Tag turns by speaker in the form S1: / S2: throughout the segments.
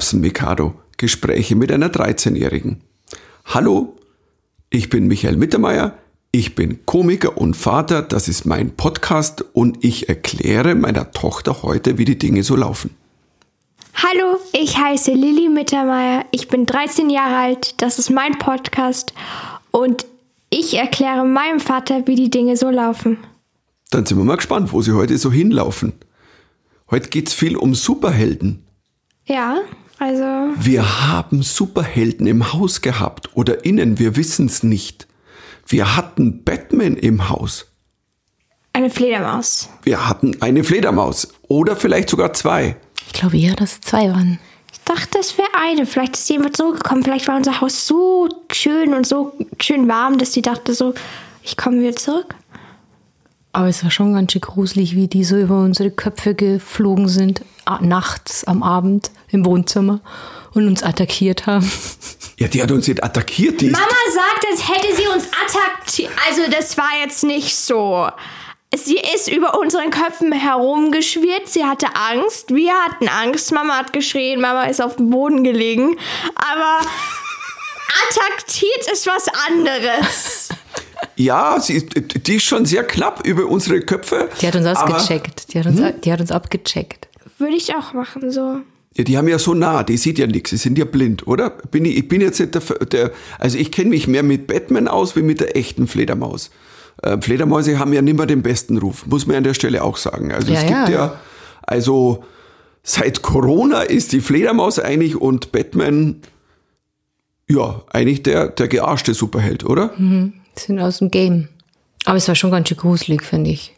S1: Synapsen-Mikado. Gespräche mit einer 13-Jährigen. Hallo, ich bin Michael Mittermeier. Ich bin Komiker und Vater. Das ist mein Podcast und ich erkläre meiner Tochter heute, wie die Dinge so laufen.
S2: Hallo, ich heiße Lilly Mittermeier. Ich bin 13 Jahre alt. Das ist mein Podcast und ich erkläre meinem Vater, wie die Dinge so laufen.
S1: Dann sind wir mal gespannt, wo sie heute so hinlaufen. Heute geht's viel um Superhelden.
S2: Ja, also
S1: Wir haben Superhelden im Haus gehabt oder innen, wir wissen's nicht. Wir hatten Batman im Haus.
S2: eine Fledermaus.
S1: Wir hatten eine Fledermaus oder vielleicht sogar zwei.
S3: Ich glaube eher, dass es zwei waren.
S2: Ich dachte, es wäre eine. Vielleicht ist jemand zurückgekommen. Vielleicht war unser Haus so schön und so schön warm, dass sie dachte so, ich komme wieder zurück.
S3: Aber es war schon ganz schön gruselig, wie die so über unsere Köpfe geflogen sind, a- nachts, am Abend, im Wohnzimmer und uns attackiert haben.
S1: Ja, die hat uns nicht attackiert. Die ist,
S2: Mama sagt, als hätte sie uns attackiert. Also das war jetzt nicht so. Sie ist über unseren Köpfen herumgeschwirrt. Sie hatte Angst. Wir hatten Angst. Mama hat geschrien. Mama ist auf dem Boden gelegen. Aber attackiert ist was anderes.
S1: ja, sie ist, die ist schon sehr knapp über unsere Köpfe.
S3: Die hat uns
S1: aber-
S3: ausgecheckt. Die hat uns, die hat uns abgecheckt.
S2: Würde ich auch machen so.
S1: Ja, die haben ja so nah, die sieht ja nichts, die sind ja blind, oder? Bin ich, ich bin jetzt nicht der, der also ich kenne mich mehr mit Batman aus wie mit der echten Fledermaus. Äh, Fledermäuse haben ja nimmer den besten Ruf, muss man an der Stelle auch sagen. Also es
S3: Ja,
S1: gibt
S3: ja.
S1: ja, also seit Corona ist die Fledermaus eigentlich und Batman, ja, eigentlich der, der gearschte Superheld, oder?
S3: Die sind aus dem Game. Aber es war schon ganz schön gruselig, finde ich.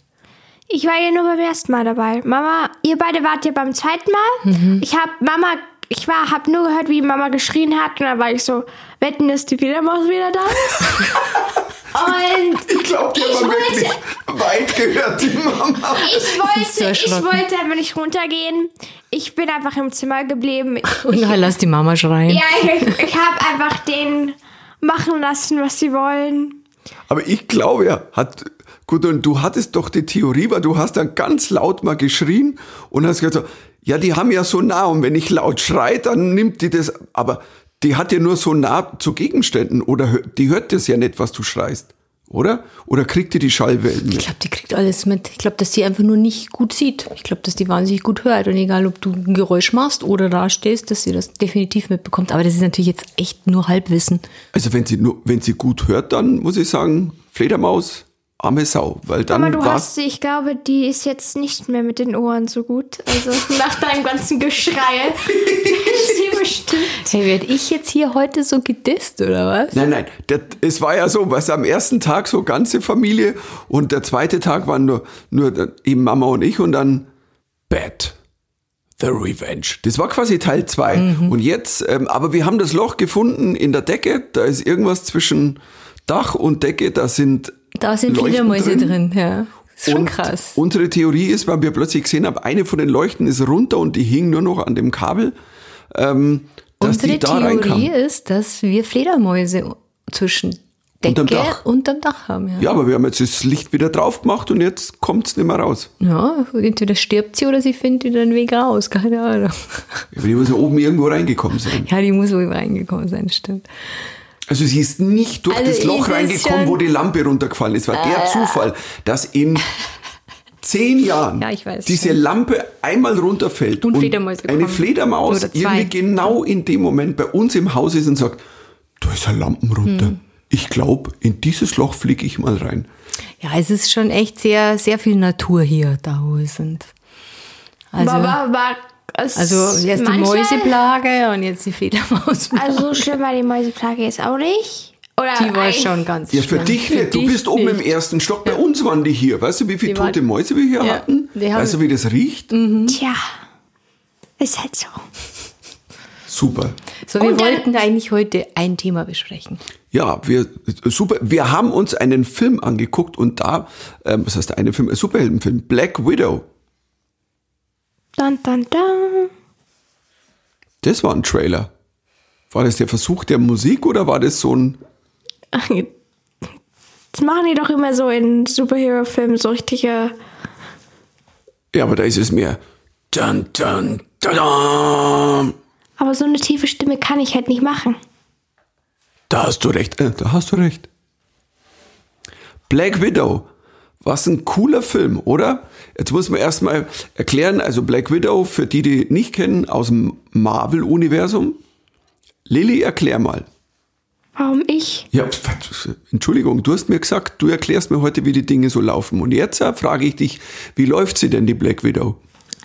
S2: Ich war ja nur beim ersten Mal dabei. Mama, ihr beide wart ja beim zweiten Mal.
S3: Mhm.
S2: Ich hab Mama, ich war, hab nur gehört, wie Mama geschrien hat und dann war ich so, wetten ist die Fledermaus wieder da? und
S1: Ich glaube, die
S2: Ich
S1: haben wir
S2: wollte-
S1: wirklich weit gehört, die Mama.
S2: ich
S3: so
S2: wollte, ich
S3: erschrocken.
S2: wollte einfach nicht runtergehen. Ich bin einfach im Zimmer geblieben. Ich,
S3: Und dann lass die Mama schreien.
S2: ja, ich, ich habe einfach den machen lassen, was sie wollen.
S1: Aber ich glaube, er hat. Gut, und du hattest doch die Theorie, weil du hast dann ganz laut mal geschrien und hast gesagt, so, ja, die haben ja so nah und wenn ich laut schrei, dann nimmt die das. Aber die hat ja nur so nah zu Gegenständen oder hö- die hört das ja nicht, was du schreist, oder? Oder kriegt die die Schallwellen
S3: Ich
S1: mit?
S3: glaube, die kriegt alles mit. Ich glaube, dass die einfach nur nicht gut sieht. Ich glaube, dass die wahnsinnig gut hört. Und egal, ob du ein Geräusch machst oder da stehst, dass sie das definitiv mitbekommt. Aber das ist natürlich jetzt echt nur Halbwissen.
S1: Also wenn sie nur, wenn sie gut hört, dann muss ich sagen, Fledermaus, arme Sau, weil
S3: Um
S2: Aber
S1: dann
S2: du hast
S1: war's.
S2: sie, ich glaube, die ist jetzt nicht mehr mit den Ohren so gut. Also nach deinem ganzen Geschrei ist sie bestimmt
S3: Hey, werde ich jetzt hier heute so gedisst oder was?
S1: Nein, nein, der, es war ja so, was am ersten Tag so ganze Familie und der zweite Tag waren nur, nur eben Mama und ich und dann Bad. The Revenge. Das war quasi Teil 2.
S3: Mhm.
S1: Und jetzt, ähm, aber wir haben das Loch gefunden in der Decke. Da ist irgendwas zwischen Dach und Decke. Da sind
S3: Da sind
S1: Leuchten
S3: Fledermäuse
S1: drin.
S3: drin. ja. Ist schon
S1: und
S3: krass.
S1: Unsere Theorie ist, weil wir plötzlich gesehen haben, eine von den Leuchten ist runter und die hing nur noch an dem Kabel. Ähm, dass
S3: Unsere
S1: die da reinkam.
S3: Theorie ist, dass wir Fledermäuse zwischen Decke
S1: Unterm
S3: unterm
S1: Dach.
S3: Dach, haben. Ja.
S1: Ja, aber wir haben jetzt das Licht wieder drauf gemacht und jetzt kommt's nicht mehr raus.
S3: Ja, entweder stirbt sie oder sie findet wieder einen Weg raus. Keine Ahnung.
S1: Ja, aber die muss ja oben irgendwo reingekommen sein.
S3: Ja, die muss wohl reingekommen sein, stimmt.
S1: Also sie ist nicht durch
S3: Also
S1: das Loch
S3: ist es
S1: reingekommen,
S3: schon- Ah.
S1: wo die Lampe runtergefallen ist. War der Zufall, dass in zehn Jahren
S3: Ja, ich weiß
S1: diese
S3: schon.
S1: Lampe einmal runterfällt
S3: Und Fledermäuse
S1: eine
S3: kommen.
S1: Fledermaus
S3: Oder zwei.
S1: irgendwie genau in dem Moment bei uns im Haus ist und sagt, da ist eine Lampe runter.
S3: Hm.
S1: Ich glaube, in dieses Loch fliege ich mal rein.
S3: Ja, es ist schon echt sehr, sehr viel Natur hier, da wo wir sind. Also,
S2: Baba war es
S3: also erst die
S2: manchmal-
S3: Mäuseplage und jetzt die Fledermaus.
S2: Also so schlimm war die Mäuseplage jetzt auch nicht. Oder
S3: Die war
S2: eigentlich-
S3: schon ganz
S1: Ja, für
S3: schlimm.
S1: dich
S3: Für
S1: nicht. du
S3: dich
S1: bist oben im
S3: nicht.
S1: ersten Stock. Bei uns waren die hier. Weißt du, wie viele
S3: Die waren-
S1: tote Mäuse wir hier
S3: Ja,
S1: hatten?
S3: die haben- Hm.
S1: Weißt du, wie das riecht?
S2: Tja, ist halt so.
S1: Super.
S3: So, wir
S2: Und dann-
S3: wollten eigentlich heute ein Thema besprechen.
S1: Ja, wir super. Wir haben uns einen Film angeguckt und da, ähm, was heißt einen Film, ein Superheldenfilm, Black Widow.
S2: Dann, dann, dann.
S1: Das war ein Trailer. War das der Versuch der Musik oder war das so ein?
S2: Das machen die doch immer so in Superhero-Filmen, so richtige...
S1: Ja, aber da ist es mehr. Dun, dun, dun, dun.
S2: Aber so eine tiefe Stimme kann ich halt nicht machen.
S1: Da hast du recht. Äh, da hast du recht. Black Widow. Was ein cooler Film, oder? Jetzt muss man erstmal erklären, also Black Widow, für die, die nicht kennen, aus dem Marvel-Universum. Lilly, erklär mal.
S2: Warum ich?
S1: Ja, pf- Entschuldigung, du hast mir gesagt, du erklärst mir heute, wie die Dinge so laufen. Und jetzt äh, frage ich dich, wie läuft sie denn, die Black Widow?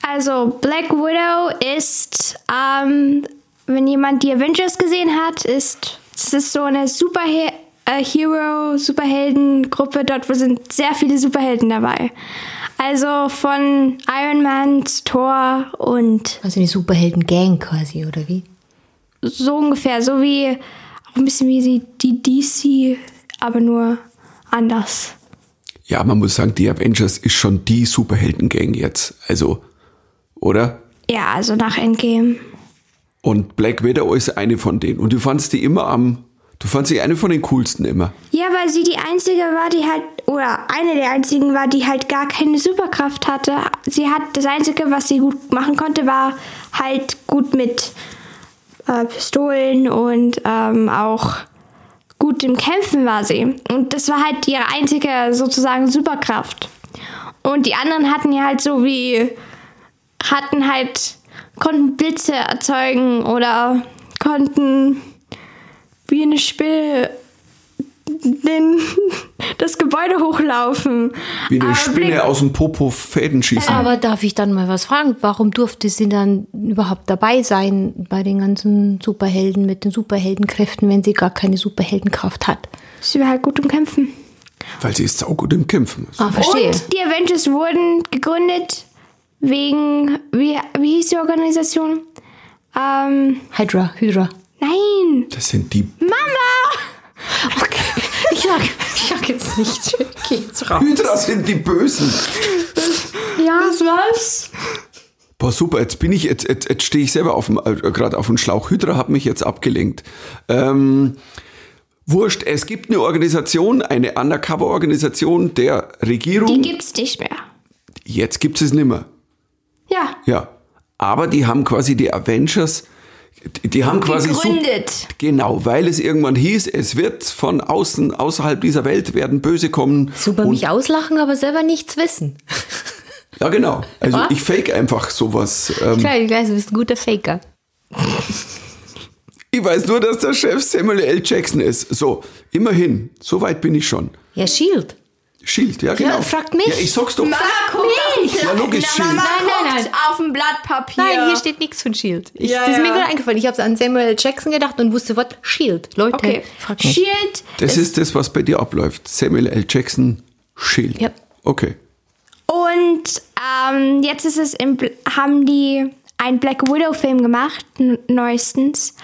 S2: Also, Black Widow ist, ähm, wenn jemand die Avengers gesehen hat, ist es ist so eine Superhero-Superhelden-Gruppe. Dort wo sind sehr viele Superhelden dabei. Also von Iron Man, zu Thor und
S3: Also eine Superhelden-Gang quasi, oder wie?
S2: so ungefähr. So wie, auch ein bisschen wie sie- die DC, aber nur anders.
S1: Ja, man muss sagen, die Avengers ist schon die Superhelden-Gang jetzt. Also, oder?
S2: Ja, also nach Endgame.
S1: Und Black Widow ist eine von denen. Und du fandst die immer am. Du fandst sie eine von den coolsten immer.
S2: Ja, weil sie die einzige war, die halt, oder eine der einzigen war, die halt gar keine Superkraft hatte. Sie hat das Einzige, was sie gut machen konnte, war halt gut mit äh, Pistolen und ähm, auch gut im Kämpfen war sie. Und das war halt ihre einzige sozusagen Superkraft. Und die anderen hatten ja halt so wie, hatten halt, konnten Blitze erzeugen oder konnten wie eine Spinne den, das Gebäude hochlaufen.
S1: Wie eine
S2: Aber
S1: Spinne aus dem Popo Fäden schießen.
S3: Aber darf ich dann mal was fragen? Warum durfte sie dann überhaupt dabei sein bei den ganzen Superhelden mit den Superheldenkräften, wenn sie gar keine Superheldenkraft hat?
S2: Sie war halt gut im Kämpfen.
S1: Weil sie ist saugut im Kämpfen.
S3: Ah, verstehe.
S2: Und die Avengers wurden gegründet wegen, wie, wie hieß die Organisation? Ähm,
S3: Hydra, Hydra.
S2: nein,
S1: Das sind die
S2: Mama!
S3: Okay, ich sag, ich sag jetzt nichts. Geh jetzt raus.
S1: Hydra sind die Bösen.
S2: Ja, was war's?
S1: Boah, super, jetzt bin ich, jetzt, jetzt, jetzt stehe ich selber auf dem, äh, gerade auf dem Schlauch. Hydra hat mich jetzt abgelenkt. Ähm, wurscht, es gibt eine Organisation, eine Undercover-Organisation der
S2: Die
S1: Regierung.
S2: gibt's nicht mehr.
S1: jetzt gibt es es nimmer.
S2: Ja,
S1: Ja. Aber die haben quasi die Avengers, die, die haben quasi so-
S2: gegründet.
S1: Genau, weil es irgendwann hieß, es wird von außen, außerhalb dieser Welt werden Böse kommen.
S3: Super
S1: und,
S3: mich auslachen, aber selber nichts wissen.
S1: Ja, genau. Also
S3: Ja.
S1: ich fake einfach sowas. Ähm,
S3: Klar, ich weiß, du bist ein guter Faker.
S1: ich weiß nur, dass der Chef Samuel L. Jackson ist. So, immerhin, so weit bin ich schon.
S3: Ja, Shield.
S1: Shield, ja genau.
S3: fragt mich.
S1: Ja, ich sag's doch.
S2: guckt auf
S1: Ja, logisch,
S2: Na, Mama
S3: Schild. Nein, nein,
S2: guckt auf dem Blatt Papier.
S3: Nein, hier steht nichts von Shield. Ich,
S2: Ja,
S3: das ist mir
S2: ja.
S3: gerade eingefallen. Ich habe an Samuel L. Jackson gedacht und wusste, was? Shield. Leute,
S2: Okay,
S3: fragt mich.
S2: Shield.
S1: Das ist das, was bei dir abläuft. Samuel L. Jackson, Shield.
S3: Ja.
S1: Okay.
S2: Und ähm, jetzt ist es im, Bl- haben die einen Black Widow-Film gemacht, n- neuestens.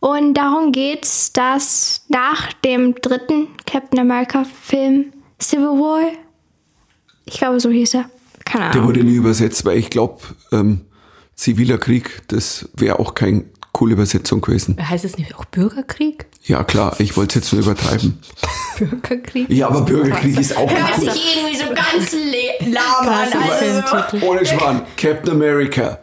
S2: Und darum geht's, dass nach dem dritten Captain America-Film Civil War, ich glaube, so hieß er, keine
S1: Der
S2: Ahnung.
S1: wurde nie übersetzt, weil ich glaube, ähm, ziviler Krieg, das wäre auch keine coole Übersetzung gewesen.
S3: Heißt es nicht auch Bürgerkrieg?
S1: Ja klar, ich wollte es jetzt nur übertreiben.
S3: Bürgerkrieg?
S1: Ja, aber Bürgerkrieg ist auch nicht cool.
S2: sich irgendwie so ganz le- lahm an. Also
S3: Filmtitel.
S1: Ohne Schwan, Captain America.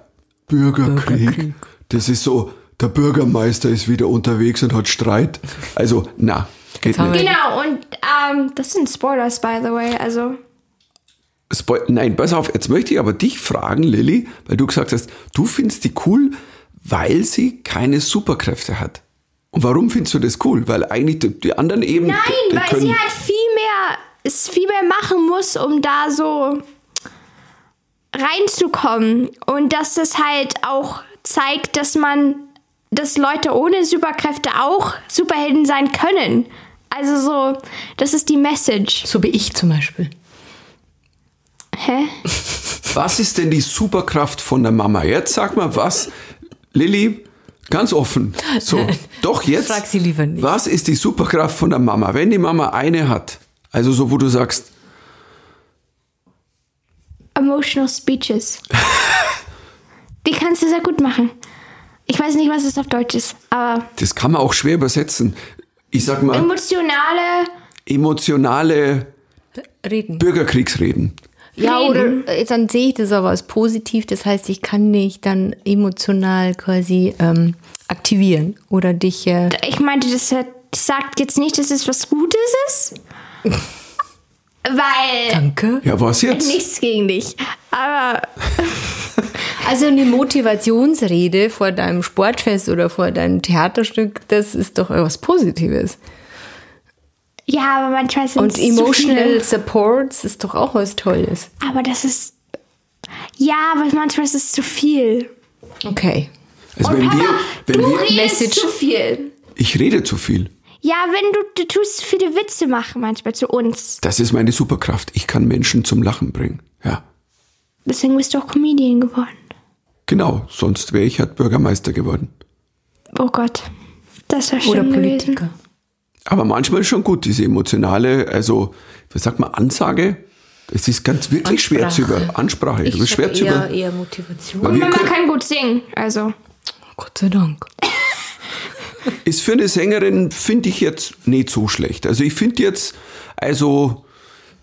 S1: Bürgerkrieg. Das ist so, der Bürgermeister ist wieder unterwegs und hat Streit. Also, na, geht
S3: haben wir-
S1: nicht.
S2: Genau, und ähm, das sind Spoilers, by the way. Also,
S1: Spoil Nein, pass auf, jetzt möchte ich aber dich fragen, Lilly, weil du gesagt hast, du findest die cool, weil sie keine Superkräfte hat. Und warum findest du das cool? Weil eigentlich die, die anderen eben.
S2: nein,
S1: die, die
S2: weil sie halt viel mehr, es viel mehr machen muss, um da so reinzukommen. Und dass das halt auch zeigt, dass man, dass Leute ohne Superkräfte auch Superhelden sein können. Also so, das ist die Message.
S3: So wie ich zum Beispiel.
S2: Hä?
S1: Was ist denn die Superkraft von der Mama? Jetzt sag mal, was, Lilly, ganz offen. So, doch jetzt.
S3: Frag sie lieber nicht.
S1: Was ist die Superkraft von der Mama? Wenn die Mama eine hat, also so, wo du sagst,
S2: Emotional Speeches. die kannst du sehr gut machen. Ich weiß nicht, was es auf Deutsch ist, aber
S1: das kann man auch schwer übersetzen. Ich sag mal,
S2: emotionale
S1: emotionale
S3: Reden.
S1: Bürgerkriegsreden.
S3: Ja,
S2: Reden.
S3: oder äh, dann sehe ich das aber als positiv. Das heißt, ich kann nicht dann emotional quasi ähm, aktivieren oder dich. Äh,
S2: Ich meinte, das hat- sagt jetzt nicht, dass es was Gutes ist. Weil
S3: danke.
S1: Ja, was jetzt?
S2: nichts gegen dich. Aber
S3: Also eine Motivationsrede vor deinem Sportfest oder vor deinem Theaterstück, das ist doch was Positives.
S2: ja, aber manchmal sind
S3: Und
S2: es zu
S3: emotional
S2: viele.
S3: Supports ist doch auch was Tolles.
S2: Aber das ist. Ja, aber manchmal ist es zu viel. Mhm.
S3: Okay.
S1: Also
S2: Und
S1: wenn
S2: Papa,
S1: wir, wenn
S2: du
S1: wir,
S2: redest
S3: Message.
S2: zu viel.
S1: ich rede zu viel.
S2: Ja, wenn du, du tust zu viele Witze machen manchmal zu uns.
S1: Das ist meine Superkraft. Ich kann Menschen zum Lachen bringen. Ja,
S2: Deswegen bist du auch Comedian geworden.
S1: genau. Sonst wäre ich halt Bürgermeister geworden.
S2: Oh Gott. Das war
S3: Oder
S2: schlimm gewesen.
S3: Politiker.
S1: Aber manchmal ist schon gut, diese emotionale, also, was sagt man, Ansage? Es ist ganz wirklich schwer zu über. Ansprache.
S3: Ich
S1: Das ist schwer
S3: sag
S1: zu
S3: eher,
S1: über.
S3: eher Motivation.
S1: Weil
S2: Und
S1: wir
S2: Mama
S1: können,
S2: kann gut singen. Also.
S3: Gott sei Dank.
S1: ist für eine Sängerin, finde ich jetzt nicht so schlecht. Also ich finde jetzt, also,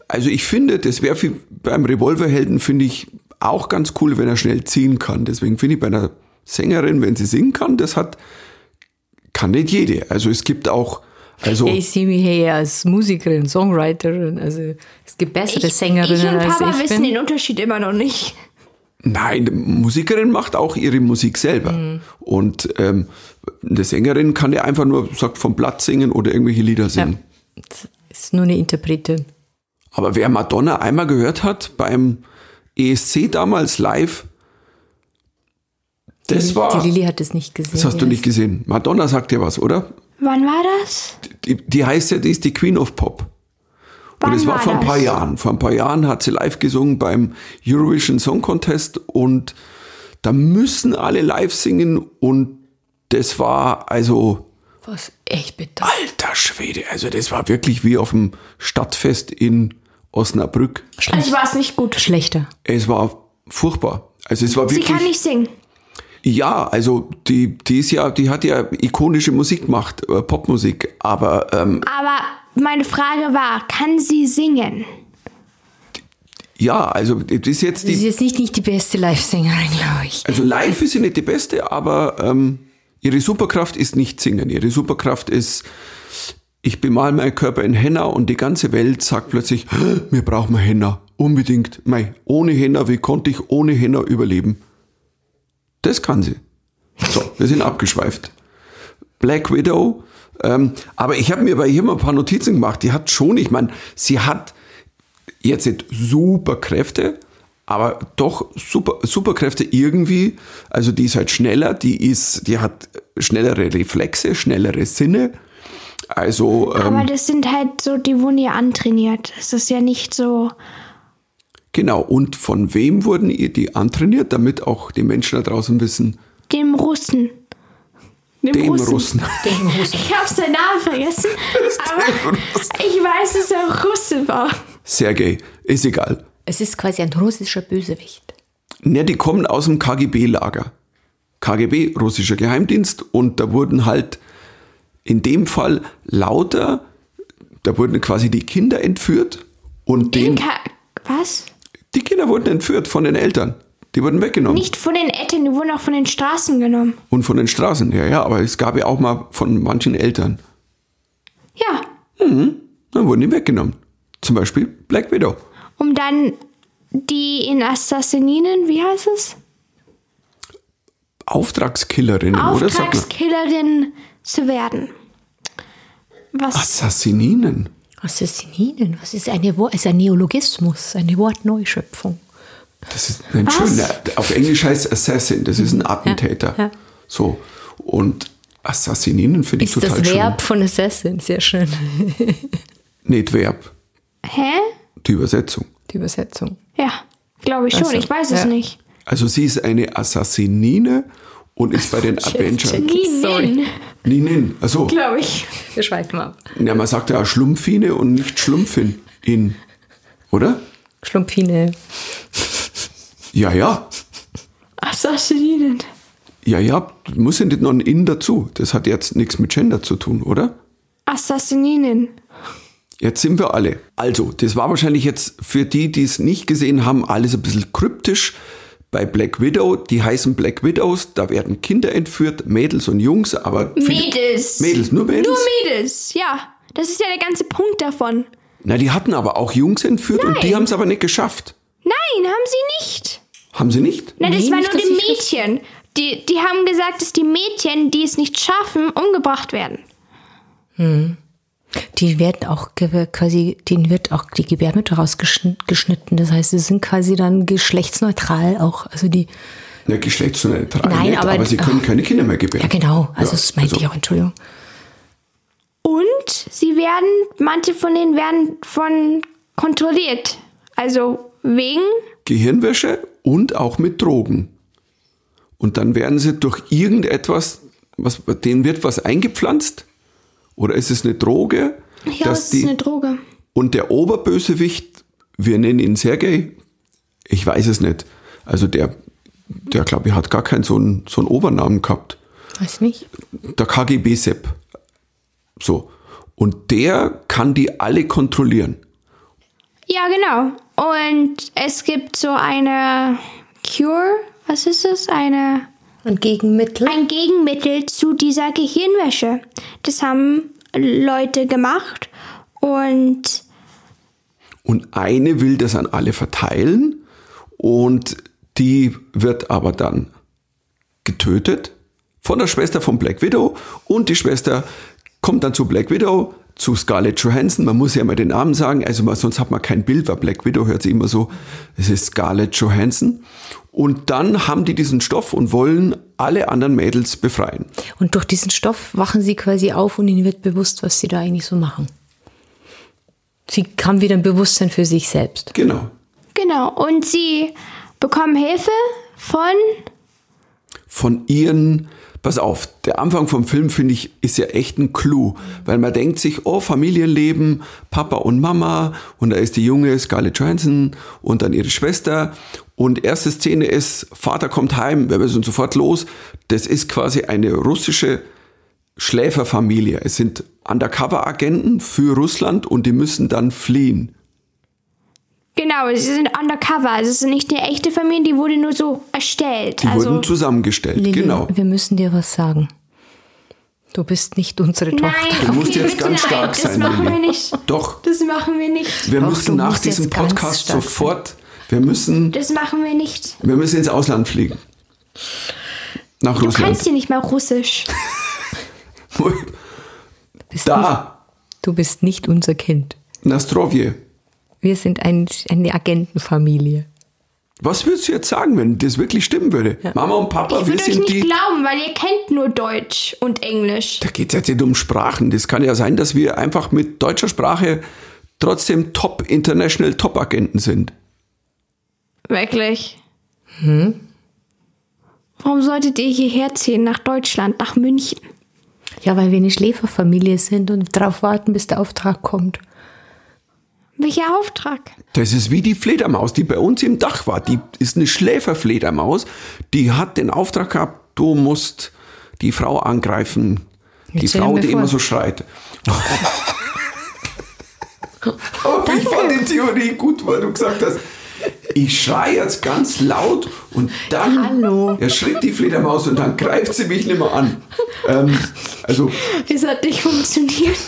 S1: also ich finde, das wäre für- beim Revolverhelden, finde ich auch ganz cool, wenn er schnell ziehen kann. Deswegen finde ich bei einer Sängerin, wenn sie singen kann, das hat, kann nicht jede. Also es gibt auch, also,
S3: Hey, sieh mich her als Musikerin, Songwriterin. Also es gibt bessere Sängerinnen
S2: ich und Papa
S3: als ich
S2: wissen
S3: bin.
S2: den Unterschied immer noch nicht.
S1: Nein, die Musikerin macht auch ihre Musik selber. Und ähm, eine Sängerin kann ja einfach nur, sagt, vom Blatt singen oder irgendwelche Lieder singen.
S3: Ist nur eine Interpretin.
S1: Aber wer Madonna einmal gehört hat beim ESC damals live, das war.
S3: Die Lilly hat es nicht gesehen.
S1: Das hast du nicht gesehen. Madonna sagt dir was, oder?
S2: Wann war das?
S1: Die, die heißt ja, die ist die Queen of Pop.
S2: Wann
S1: und es war, vor ein
S2: das?
S1: paar Jahren. Vor ein paar Jahren hat sie live gesungen beim Eurovision Song Contest und da müssen alle live singen und das war also
S3: Was echt bitter.
S1: alter Schwede. Also das war wirklich wie auf dem Stadtfest in Osnabrück.
S2: Also war es nicht gut.
S3: Schlechter.
S1: Es war furchtbar. Also es war
S2: Sie
S1: wirklich
S2: kann nicht singen.
S1: Ja, also die, die ist ja, die hat ja ikonische Musik gemacht, äh, Popmusik, aber ähm,
S2: Aber meine Frage war, kann sie
S1: Ähm.
S2: singen?
S1: ja, also das ist jetzt
S3: Sie ist
S1: die,
S3: jetzt nicht, nicht die beste Live-Sängerin, glaube ich.
S1: also live ist sie nicht die beste, aber ähm, ihre Superkraft ist nicht singen. Ihre Superkraft ist, ich bemal meinen Körper in Henna und die ganze Welt sagt plötzlich, "Hä, wir brauchen Henna, unbedingt. Mei, ohne Henna, wie konnte ich ohne Henna überleben? Das kann sie. So, wir sind abgeschweift. Black Widow. Ähm, aber ich habe mir bei ihr mal ein paar Notizen gemacht. Die hat schon, ich meine, sie hat jetzt nicht super Kräfte, aber doch super, super Kräfte irgendwie. Also die ist halt schneller, die ist, die hat schnellere Reflexe, schnellere Sinne. Also ähm,
S2: Aber das sind halt so, die wurden ja antrainiert. Es ist ja nicht so.
S1: genau. Und von wem wurden ihr die antrainiert, damit auch die Menschen da draußen wissen,
S2: Dem Russen. Dem,
S1: dem Russen.
S2: Ich habe seinen Namen vergessen. aber ich weiß, dass er Russe war.
S1: Sergei, ist egal.
S3: Es ist quasi ein russischer Bösewicht.
S1: Ne, die kommen aus dem KGB-Lager. KGB, russischer Geheimdienst, und da wurden halt in dem Fall lauter, da wurden quasi die Kinder entführt und
S2: Den
S1: den,
S2: Ka Was?
S1: die Kinder wurden entführt von den Eltern. Die wurden weggenommen.
S2: Nicht von den Eltern, die wurden auch von den Straßen genommen.
S1: Und von den Straßen, ja, ja, aber es gab ja auch mal von manchen Eltern.
S2: Ja.
S1: Dann wurden die weggenommen. Zum Beispiel Black Widow.
S2: Um dann die in Assassinen, wie heißt es?
S1: Auftragskillerinnen, oder? Sagt man.
S2: Auftragskillerin zu werden. Was?
S1: Assassinen.
S3: Assassinen, was ist eine Wort? Ist ein Neologismus, eine Wortneuschöpfung.
S1: Das ist ein
S2: Was?
S1: schöner. Auf Englisch heißt Assassin, das ist ein Attentäter.
S3: Mhm. ja.
S1: So. Und Assassininnen finde ich
S3: Ist
S1: total
S3: das
S1: schön.
S3: Verb von Assassin, sehr schön.
S1: Nicht Verb,
S2: Hä?
S1: die Übersetzung.
S3: Die Übersetzung.
S2: Ja, glaube ich schon.
S3: Also,
S2: ich weiß es
S3: ja.
S2: nicht.
S1: Also sie ist eine Assassinine und ist bei den Avengers.
S3: check. Sorry.
S2: Ninen,
S1: Ninin, also
S2: glaube ich.
S3: Wir schweifen ab.
S1: ja, man sagt ja Schlumpfine und nicht Schlumpfin. In, oder?
S3: Schlumpfine.
S1: Ja, ja.
S2: Assassinen.
S1: Ja, ja, muss ja nicht noch ein In dazu. Das hat jetzt nichts mit Gender zu tun, oder?
S2: Assassinen.
S1: Jetzt sind wir alle. Also, das war wahrscheinlich jetzt für die, die es nicht gesehen haben, alles ein bisschen kryptisch. Bei Black Widow, die heißen Black Widows, da werden Kinder entführt, Mädels und Jungs, aber. viele-
S2: Mädels.
S1: Mädels, nur Mädels?
S2: Nur Mädels, ja. Das ist ja der ganze Punkt davon.
S1: Na, die hatten aber auch Jungs entführt und die
S2: Nein.
S1: haben es aber nicht geschafft.
S2: Nein, haben sie nicht.
S1: Haben sie nicht?
S2: Nein, das
S3: Nee,
S2: war
S3: nicht,
S2: nur
S3: dass
S2: die
S3: ich richtig-
S2: Mädchen. Die, die haben gesagt, dass die Mädchen, die es nicht schaffen, umgebracht werden.
S3: Die werden auch ge- quasi, denen wird auch die Gebärmutter rausgeschnitten. Das heißt, sie sind quasi dann geschlechtsneutral auch. Also die,
S1: Na, geschlechtsneutral.
S3: Nein,
S1: nicht, aber,
S3: aber-
S1: sie können keine Kinder mehr gebären.
S3: ja genau, also das meinte
S1: also-
S3: ich auch, Entschuldigung.
S2: Und sie werden, manche von denen werden von kontrolliert. Also wegen,
S1: Gehirnwäsche und auch mit Drogen. Und dann werden sie durch irgendetwas, was, denen wird was eingepflanzt? Oder ist es eine Droge?
S2: ja,
S1: dass
S2: das ist eine Droge.
S1: Und der Oberbösewicht, wir nennen ihn Sergei, ich weiß es nicht. Also der, der glaube ich, hat gar keinen so einen, so einen Obernamen gehabt.
S3: Weiß nicht.
S1: Der KGB-Sepp. So. Und der kann die alle kontrollieren.
S2: Ja, genau. Und es gibt so eine Cure, was ist es? Eine,
S3: Und Gegenmittel?
S2: ein Gegenmittel zu dieser Gehirnwäsche. Das haben Leute gemacht und
S1: Und eine will das an alle verteilen und die wird aber dann getötet von der Schwester von Black Widow und die Schwester kommt dann zu Black Widow, zu Scarlett Johansson, man muss ja mal den Namen sagen, also mal, sonst hat man kein Bild, weil Black Widow hört sie immer so, es ist Scarlett Johansson und dann haben die diesen Stoff und wollen alle anderen Mädels befreien.
S3: Und durch diesen Stoff wachen sie quasi auf und ihnen wird bewusst, was sie da eigentlich so machen. Sie haben wieder ein Bewusstsein für sich selbst.
S1: Genau.
S2: Genau, und sie bekommen Hilfe von.
S1: von ihren. Pass auf, der Anfang vom Film finde ich ist ja echt ein Clou, weil man denkt sich, oh Familienleben, Papa und Mama und da ist die junge Scarlett Johansson und dann ihre Schwester und erste Szene ist Vater kommt heim, wir müssen sofort los. Das ist quasi eine russische Schläferfamilie. Es sind Undercover-Agenten für Russland und die müssen dann fliehen.
S2: Genau, sie sind undercover. Also es sind nicht eine echte Familie, die wurde nur so erstellt.
S1: Die
S2: also,
S1: wurden zusammengestellt.
S3: Lilly,
S1: genau.
S3: Wir müssen dir was sagen. Du bist nicht unsere
S2: nein,
S3: Tochter.
S1: Du musst
S2: okay,
S1: jetzt
S2: bitte
S1: ganz
S2: nein,
S1: stark
S2: das
S1: sein,
S2: machen
S1: Lilly.
S2: wir nicht.
S1: Doch,
S2: Das machen wir nicht.
S1: wir
S3: Doch, du
S1: müssen nach
S3: musst
S1: diesem
S3: jetzt ganz
S1: Podcast
S3: stark sein.
S1: sofort, wir müssen
S2: Das machen wir nicht.
S1: Wir müssen ins Ausland fliegen. Nach
S2: Du kannst
S1: Russland.
S2: hier nicht mal Russisch.
S3: Bist Nicht,
S1: Da,
S3: du bist nicht unser Kind.
S1: Nastrovje.
S3: Wir sind ein, eine Agentenfamilie.
S1: Was würdest du jetzt sagen, wenn das wirklich stimmen würde? Mama und Papa,
S2: Ich
S1: wir
S2: würde euch
S1: sind
S2: nicht
S1: die.
S2: glauben, weil ihr kennt nur Deutsch und Englisch.
S1: Da geht es jetzt nicht um Sprachen. Das kann ja sein, dass wir einfach mit deutscher Sprache trotzdem Top International Top Agenten sind.
S2: Wirklich. Hm? Warum solltet ihr hierher ziehen? Nach Deutschland, nach München?
S3: Ja, weil wir eine Schläferfamilie sind und darauf warten, bis der Auftrag kommt.
S2: Welcher Auftrag?
S1: Das ist wie die Fledermaus, die bei uns im Dach war. Die ist eine Schläferfledermaus. Die hat den Auftrag gehabt, du musst die Frau angreifen. die
S3: stell
S1: Frau,
S3: dir
S1: die
S3: vor.
S1: immer so schreit. Aber Oh, ich fand die Theorie gut, weil du gesagt hast, ich schreie jetzt ganz laut und dann
S3: Hallo.
S1: erschrickt die Fledermaus und dann greift sie mich nicht mehr an. Ähm, also
S2: Es hat nicht funktioniert.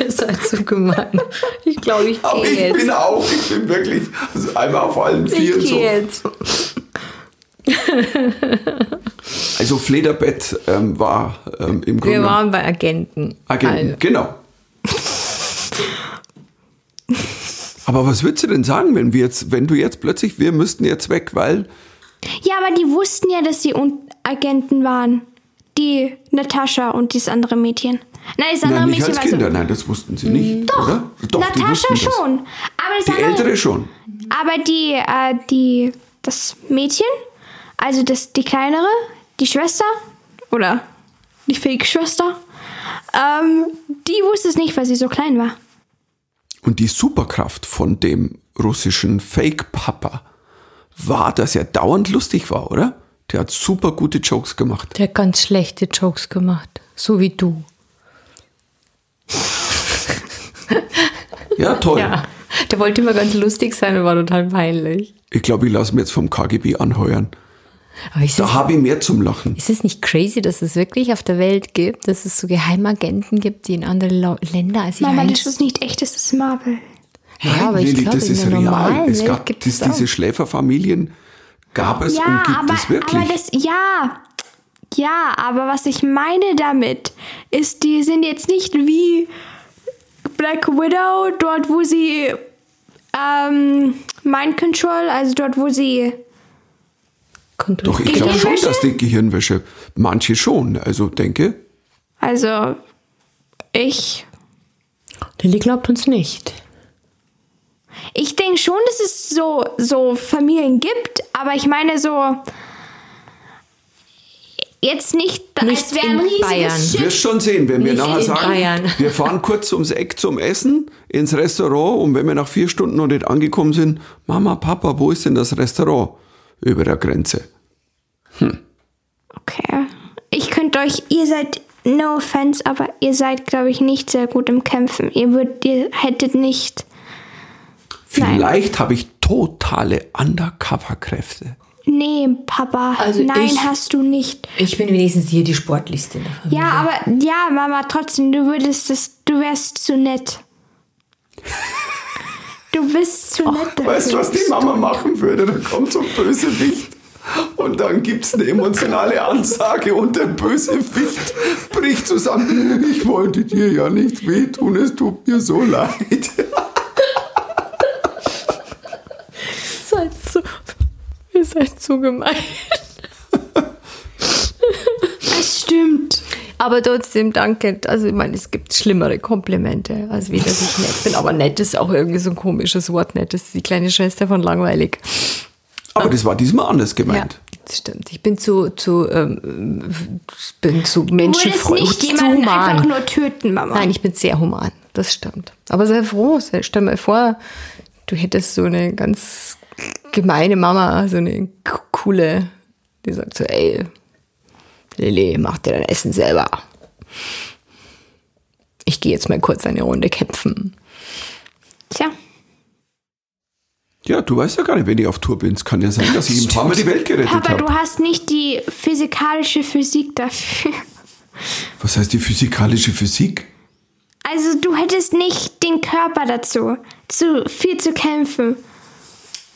S3: Ihr seid so Also gemein. Ich glaube, ich
S1: Aber ich bin auch, ich bin wirklich also einmal auf allen Vieren so.
S3: jetzt.
S1: Also Flederbett ähm, war ähm, im
S3: Wir
S1: Grunde
S3: waren bei Agenten.
S1: Agenten. Genau. Aber was würdest du denn sagen, wenn wir jetzt, wenn du jetzt plötzlich, wir müssten jetzt weg, weil
S2: Ja, aber die wussten ja, dass sie Un Agenten waren. Die Natascha und dieses andere Mädchen. Nein, das andere
S1: nein, nicht
S2: Mädchen
S1: als
S2: war so.
S1: Kinder, nein, das wussten sie nicht,
S2: Doch,
S1: oder? Doch, die
S2: Natascha
S1: wussten das.
S2: schon. Aber das
S1: Die
S2: andere,
S1: Ältere schon.
S2: Aber die, äh, die, das Mädchen, also das, die kleinere, die Schwester oder die Fake-Schwester, ähm, die wusste es nicht, weil sie so klein war.
S1: Und die Superkraft von dem russischen Fake-Papa war, dass er dauernd lustig war, oder? Der hat super gute Jokes gemacht.
S3: Der hat ganz schlechte Jokes gemacht. So wie du.
S1: Ja, toll. Oh
S3: Der wollte immer ganz lustig sein und war total peinlich.
S1: Ich glaube, ich lasse mich jetzt vom KGB anheuern.
S3: Aber ist
S1: Da
S3: es,
S1: habe ich mehr zum Lachen.
S3: ist es nicht crazy, dass es wirklich auf der Welt gibt, dass es so Geheimagenten gibt, die in andere Lau- Länder als ich
S2: Mama,
S3: rein-
S2: das ist nicht echt, das ist Marvel.
S3: Ja, aber ich
S1: Lilly,
S3: glaube,
S1: das
S3: in
S1: ist
S3: der
S1: real.
S3: normalen
S1: Es
S3: Welt
S1: gab
S3: gibt
S1: das,
S3: es
S1: diese Schläferfamilien, gab es und
S2: Ja,
S1: gibt
S2: aber,
S1: es wirklich.
S2: aber das, ja. Ja, aber was ich meine damit ist, die sind jetzt nicht wie Black Widow, dort wo sie ähm, Mind Control, also dort wo sie.
S1: Doch, ich glaube schon,
S2: Gehirnwäsche?
S1: dass die Gehirnwäsche, manche schon, also denke,
S2: Also, ich.
S3: Lilly glaubt uns nicht.
S2: Ich denke schon, dass es so, so Familien gibt, aber ich meine so. Jetzt nicht,
S3: Nicht
S2: als wäre ein
S3: in
S2: riesiges
S3: Bayern.
S2: Schiff.
S1: wirst schon sehen, wenn wir
S3: Nicht
S1: nachher
S3: in
S1: sagen,
S3: Bayern.
S1: wir fahren kurz ums Eck zum Essen ins Restaurant und wenn wir nach vier Stunden noch nicht angekommen sind, Mama, Papa, wo ist denn das Restaurant über der Grenze?
S2: Okay. Ich könnte euch, ihr seid, no offense, aber ihr seid, glaube ich, nicht sehr gut im Kämpfen. Ihr würdet, ihr hättet nicht. Nein.
S1: Vielleicht habe ich totale Undercover-Kräfte.
S2: Nee, Papa.
S3: Also
S2: nein,
S3: ich-
S2: hast du nicht.
S3: Ich bin wenigstens hier die Sportliste. in der Familie.
S2: Ja, aber ja, Mama, trotzdem, du würdest das, du wärst zu nett. Du bist zu nett. dafür.
S1: Weißt du, was die Mama machen würde? Da kommt so ein Bösewicht und dann gibt es eine emotionale Ansage und der Bösewicht bricht zusammen. Ich wollte dir ja nicht wehtun, es tut mir so leid.
S3: Ihr seid so, ihr seid so gemein.
S2: Das stimmt.
S3: Aber trotzdem danke. Also ich meine, es gibt schlimmere Komplimente, als wie dass ich nett bin. Aber nett ist auch irgendwie so ein komisches Wort. Nett ist die kleine Schwester von langweilig.
S1: Aber das war diesmal anders gemeint.
S3: Ja, das stimmt. Ich bin zu, zu, ähm, bin zu
S2: Du würdest
S3: menschenfreundlich,
S2: nicht
S3: zu
S2: jemanden einfach
S3: human.
S2: nur töten, Mama.
S3: Nein, ich bin sehr human. Das stimmt. Aber sehr froh. Sehr- Stell mal vor, du hättest so eine ganz gemeine Mama, so eine k- coole, die sagt so, ey, Lilly, mach dir dein Essen selber. Ich gehe jetzt mal kurz eine Runde kämpfen.
S2: Tja.
S1: Ja, du weißt ja gar nicht, wenn ich auf Tour bin. Es kann ja sein, dass ich ein paar Mal die Welt gerettet
S2: Papa, du
S1: habe.
S2: hast nicht die physikalische Physik dafür.
S1: Was heißt die physikalische Physik?
S2: Also du hättest nicht den Körper dazu, zu viel zu kämpfen.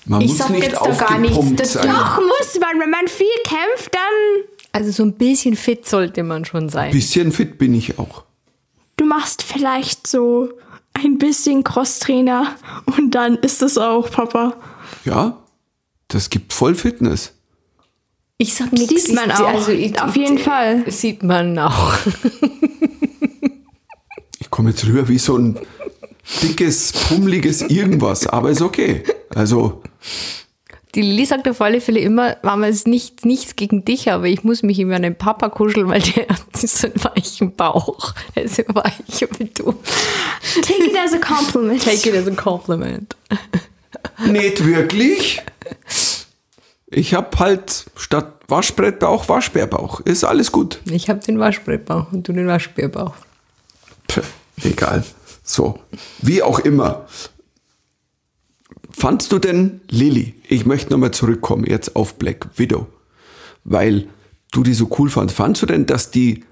S1: Man
S3: Ich
S1: muss
S3: sag
S1: nicht
S3: jetzt doch gar
S1: aufgepumpt
S3: nichts dazu.
S1: sein.
S2: Doch muss man, wenn man viel kämpft, dann
S3: Also so ein bisschen fit sollte man schon sein.
S1: Bisschen fit bin ich auch.
S2: du machst vielleicht so ein bisschen Crosstrainer und dann ist es auch, Papa.
S1: Ja, das gibt voll Fitness.
S3: Ich sag nichts.
S2: Sieht man auch. Auf jeden Fall.
S3: Sieht man auch.
S1: Ich komme jetzt rüber wie so ein dickes, pummeliges irgendwas, aber ist okay. Also,
S3: Die Lilly sagt auf alle Fälle immer, Mama, es ist nicht, nichts gegen dich, aber ich muss mich immer an den Papa kuscheln, weil der hat so einen weichen Bauch. Er ist so weich wie du.
S2: Take it as a compliment.
S3: Take it as a compliment.
S1: nicht wirklich. Ich habe halt statt Waschbrettbauch Waschbärbauch. Ist alles gut.
S3: Ich habe den Waschbrettbauch und du den Waschbierbauch.
S1: Pff, egal. So, wie auch immer. Fandst du denn Lilly? Ich möchte nochmal zurückkommen jetzt auf Black Widow, weil du die so cool fandst. Fandst du denn, dass die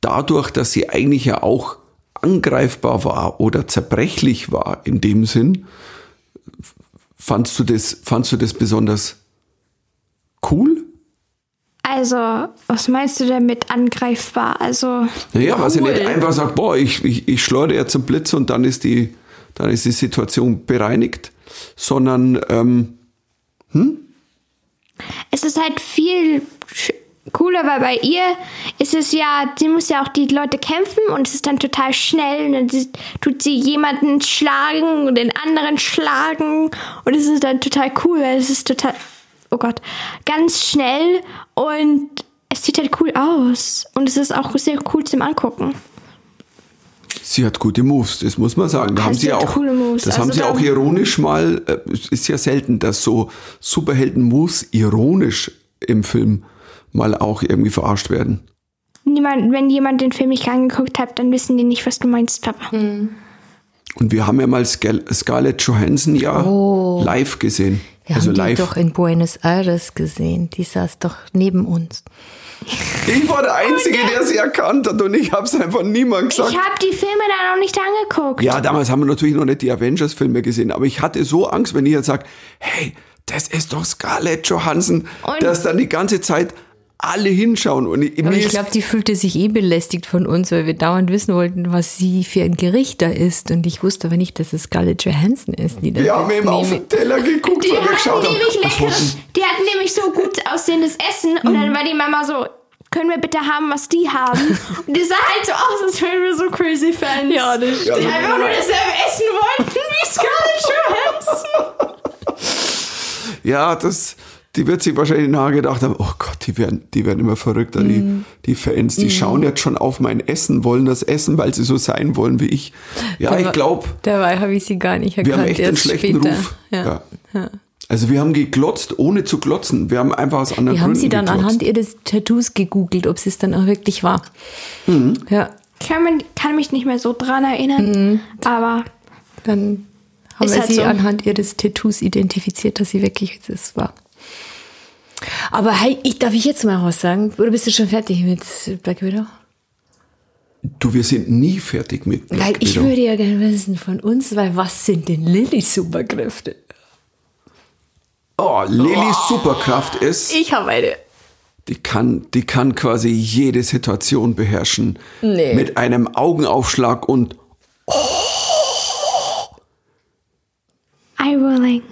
S1: dadurch, dass sie eigentlich ja auch angreifbar war oder zerbrechlich war in dem Sinn, fandst du das, fandst du das besonders cool?
S2: Also, was meinst du damit angreifbar? Also,
S1: Naja, weil sie
S2: Cool.
S1: nicht einfach sagt, boah, ich, ich, ich schleudere jetzt einen Blitz und dann ist die, dann ist die Situation bereinigt, sondern ähm,
S2: es ist halt viel sch- cooler, weil bei ihr ist es ja, sie muss ja auch die Leute kämpfen und es ist dann total schnell und dann sie- tut sie jemanden schlagen und den anderen schlagen und es ist dann total cool, weil es ist total, oh Gott, ganz schnell und es sieht halt cool aus und es ist auch sehr cool zum Angucken.
S1: sie hat gute Moves, das muss man sagen. Da
S2: Ah,
S1: haben
S2: sie
S1: sie ja
S2: hat
S1: auch,
S2: coole Moves.
S1: das
S2: Also
S1: haben sie
S2: da-
S1: auch ironisch mal, äh, es ist ja selten, dass so Superhelden-Moves ironisch im Film mal auch irgendwie verarscht werden.
S2: Niemand, wenn jemand den Film nicht angeguckt hat, dann wissen die nicht, was du meinst, Papa. Oh.
S1: Und wir haben ja mal Scal Scarlett Johansson ja live gesehen.
S3: Wir
S1: Also
S3: haben
S1: live.
S3: die doch in Buenos Aires gesehen. Die saß doch neben uns.
S1: Ich war der
S2: Oh
S1: Einzige, der sie erkannt hat und ich habe es einfach niemand gesagt.
S2: Ich habe die Filme da noch nicht angeguckt.
S1: Ja, damals haben wir natürlich noch nicht die Avengers-Filme gesehen, aber ich hatte so Angst, wenn ich jetzt sage, hey, das ist doch Scarlett Johansson,
S2: Und-
S1: dass dann die ganze Zeit alle hinschauen. Und ich,
S3: Aber
S1: mir
S3: ich
S1: ist-
S3: glaube, die fühlte sich eh belästigt von uns, weil wir dauernd wissen wollten, was sie für ein Gericht da ist. Und ich wusste aber nicht, dass es Scarlett Johansson ist, die das
S1: wir haben
S3: jetzt
S1: eben auf
S3: nehmen.
S1: den Teller geguckt,
S2: Die
S1: weil wir geschaut
S2: hatten,
S1: haben.
S2: nämlich
S1: Was wollten-
S2: leckeres, die hatten nämlich so gut aussehendes Essen und dann war die Mama so, können wir bitte haben, was die haben? Und die sah halt so aus, als wären wir so crazy Fans. Ja, das
S1: stimmt.
S2: Die einfach nur dasselbe essen wollten wie Scarlett Johansson.
S1: Ja, das, die wird sich wahrscheinlich nahe gedacht haben, oh Gott, die werden, die werden immer verrückter,
S3: Mhm.
S1: die, die Fans, die schauen jetzt schon auf mein Essen, wollen das Essen, weil sie so sein wollen wie ich. Ja, ich glaube,
S3: Dabei habe ich sie gar nicht erkannt.
S1: wir haben echt einen
S3: erst
S1: schlechten
S3: später.
S1: Ruf.
S3: Ja.
S1: Also wir haben geglotzt, ohne zu glotzen. Wir haben einfach aus anderen
S3: Wir haben
S1: Gründen
S3: sie dann
S1: geglotzt.
S3: anhand ihres Tattoos gegoogelt, ob sie es dann auch wirklich war.
S1: Mhm.
S3: Ja,
S2: Kann, man, kann mich nicht mehr so dran erinnern, aber
S3: dann haben
S2: Ist
S3: wir
S2: halt
S3: sie
S2: so.
S3: anhand ihres Tattoos identifiziert, dass sie wirklich es war. Aber hey, ich, darf ich jetzt mal was sagen? Oder bist du schon fertig mit Black Widow?
S1: Du, wir sind nie fertig mit Black
S3: Weil ich
S1: Widow.
S3: würde ja gerne wissen von uns, weil was sind denn Lillys Superkräfte?
S1: Oh, Lillys Superkraft ist,
S3: Ich habe eine.
S1: die kann, die kann quasi jede Situation beherrschen.
S3: Nee.
S1: Mit einem Augenaufschlag und
S2: I willing.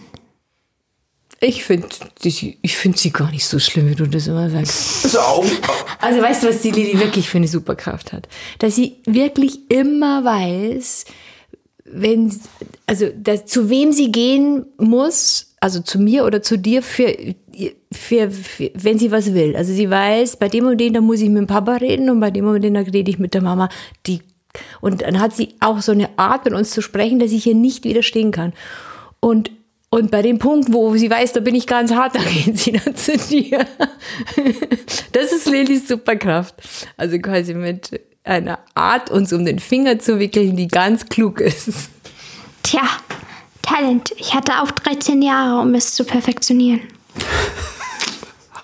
S3: Ich finde ich find sie gar nicht so schlimm, wie du das immer sagst.
S1: so Augen.
S3: Also weißt du, was die Lilly wirklich für eine Superkraft hat? Dass sie wirklich immer weiß, wenn, also dass, zu wem sie gehen muss, also zu mir oder zu dir, für, für, für, wenn sie was will. Also sie weiß, bei dem und den, da muss ich mit dem Papa reden und bei dem und den, da rede ich mit der Mama. Die, und dann hat sie auch so eine Art, mit uns zu sprechen, dass ich ihr nicht widerstehen kann. Und, und bei dem Punkt, wo sie weiß, da bin ich ganz hart, da geht sie dann zu dir. Das ist Lillys Superkraft. Also quasi mit einer Art, uns um den Finger zu wickeln, die ganz klug ist.
S2: Tja, Talent. Ich hatte auch 13 Jahre, um es zu perfektionieren.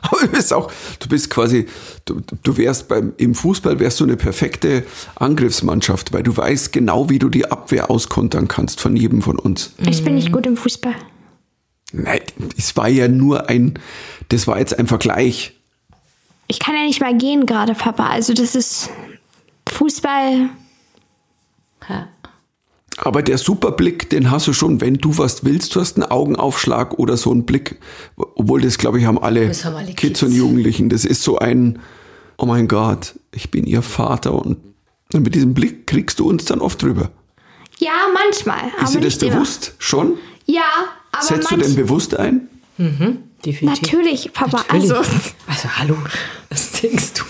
S1: Aber du bist auch, du bist quasi, du, du wärst beim, im Fußball wärst du eine perfekte Angriffsmannschaft, weil du weißt genau, wie du die Abwehr auskontern kannst von jedem von uns.
S2: Ich bin nicht gut im Fußball.
S1: Nein, es war ja nur ein, das war jetzt ein Vergleich.
S2: Ich kann ja nicht mal gehen gerade, Papa. Also das ist Fußball.
S1: Aber der Superblick, den hast du schon, wenn du was willst, du hast einen Augenaufschlag oder so einen Blick. Obwohl das, glaube ich, haben alle,
S3: Das haben alle
S1: Kids
S3: Kids.
S1: und Jugendlichen. Das ist so ein, oh mein Gott, ich bin ihr Vater und mit diesem Blick kriegst du uns dann oft drüber.
S2: Ja, manchmal. aber
S1: Ist dir das
S2: nicht immer.
S1: bewusst schon?
S2: Ja, aber
S1: Setzt du
S2: manch-
S1: denn bewusst ein?
S3: Definitiv.
S2: Natürlich, Papa. Also,
S3: also hallo, was denkst du?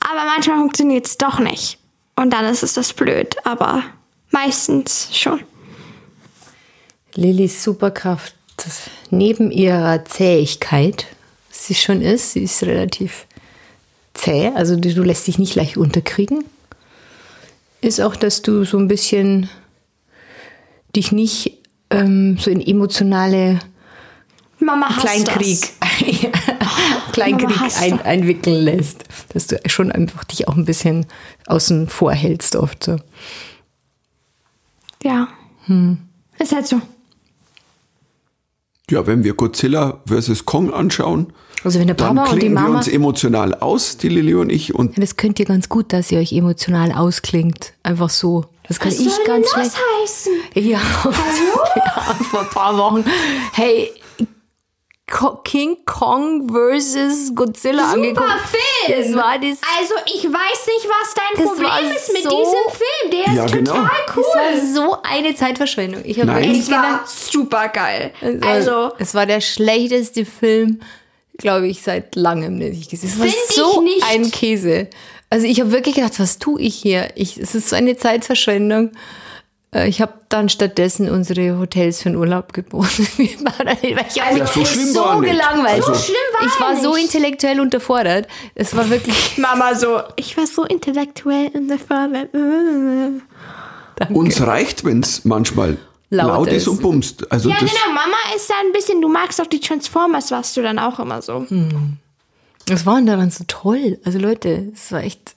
S2: aber manchmal funktioniert es doch nicht. Und dann ist es das blöd, aber meistens schon.
S3: Lillys Superkraft, das neben ihrer Zähigkeit, was sie schon ist, sie ist relativ zäh, also du, du lässt dich nicht leicht unterkriegen, ist auch, dass du so ein bisschen dich nicht ähm, so in emotionale
S2: Mama hasst
S3: Kleinkrieg,
S2: das.
S3: Kleinkrieg
S2: Mama hasst
S3: ein,
S2: das.
S3: einwickeln lässt. Dass du schon einfach dich auch ein bisschen außen vor hältst oft. So.
S2: Ja.
S3: Hm.
S2: Ist halt so.
S1: Ja, wenn wir Godzilla vs. Kong anschauen,
S3: Also wenn der
S1: dann
S3: Papa und die
S1: klingen wir
S3: Mama,
S1: uns emotional aus, die Lilly und ich. Und
S3: Ja, das könnt ihr ganz gut, dass ihr euch emotional ausklingt. Einfach so. Das kann
S2: Was
S3: ich
S2: soll
S3: ganz
S2: denn das
S3: schlecht.
S2: heißen?
S3: Ja. ja, vor ein paar Wochen. Hey, Ko- King Kong versus Godzilla
S2: Super
S3: angeguckt.
S2: Film!
S3: Das war das
S2: Also, ich weiß nicht, was dein
S3: Das
S2: Problem
S3: war
S2: ist mit
S3: so-
S2: diesem Film. Der
S1: Ja,
S2: ist
S1: genau.
S2: total cool.
S3: Das war so eine Zeitverschwendung. Ich habe
S1: Nein.
S3: wirklich
S2: Es war
S3: gedacht,
S2: super geil.
S3: es war,
S2: Also,
S3: es war der schlechteste Film, glaube ich, seit langem, den ich gesehen habe. Es
S2: Find ich
S3: war so
S2: nicht.
S3: ein Käse. Also ich habe wirklich gedacht, was tue ich hier? Ich, es ist so eine Zeitverschwendung. Äh, Ich habe dann stattdessen unsere Hotels für den Urlaub gebucht. Wir waren da- weil
S2: Also,
S3: ich habe
S1: Ja, so
S3: mich
S1: schlimm
S3: so
S1: war er nicht.
S3: gelangweilt.
S1: Also- So
S2: schlimm war
S3: ich
S2: er
S3: war so
S2: nicht.
S3: intellektuell unterfordert. Es war wirklich.
S2: Mama so, ich war so intellektuell in der Firma.
S1: uns reicht, wenn es manchmal
S3: laut,
S1: laut ist und bumst. Also
S2: Ja,
S1: das,
S2: genau. Mama ist da ein bisschen, du magst auch die Transformers, warst du dann auch immer so.
S1: Hm,
S3: Was war denn daran so toll? Also Leute, es war echt.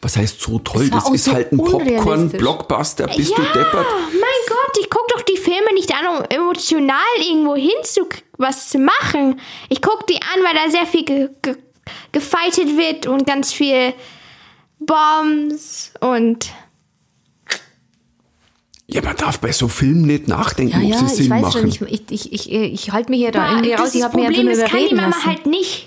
S1: Was heißt so toll?
S3: Es war
S1: Das
S3: auch
S1: ist
S3: so
S1: halt ein
S3: unrealistisch.
S1: Popcorn-Blockbuster. Bist du
S2: ja,
S1: deppert?
S2: mein Gott, ich guck doch die Filme nicht an, um emotional irgendwo hinzu was zu machen. Ich guck die an, weil da sehr viel ge ge gefeitet wird und ganz viel Bombs und
S1: Ja, man darf bei so Filmen nicht nachdenken,
S3: Ja,
S1: ob
S3: ja,
S1: sie
S3: ich
S1: Sinn
S3: weiß
S1: machen.
S3: schon. Ich, ich, ich, ich, ich halte mich hier da irgendwie
S2: Ah, das
S3: raus. Ich
S2: ist das
S3: habe mich einfach
S2: Problem
S3: nur
S2: ist, kann die
S3: überreden
S2: Mama
S3: lassen.
S2: halt nicht.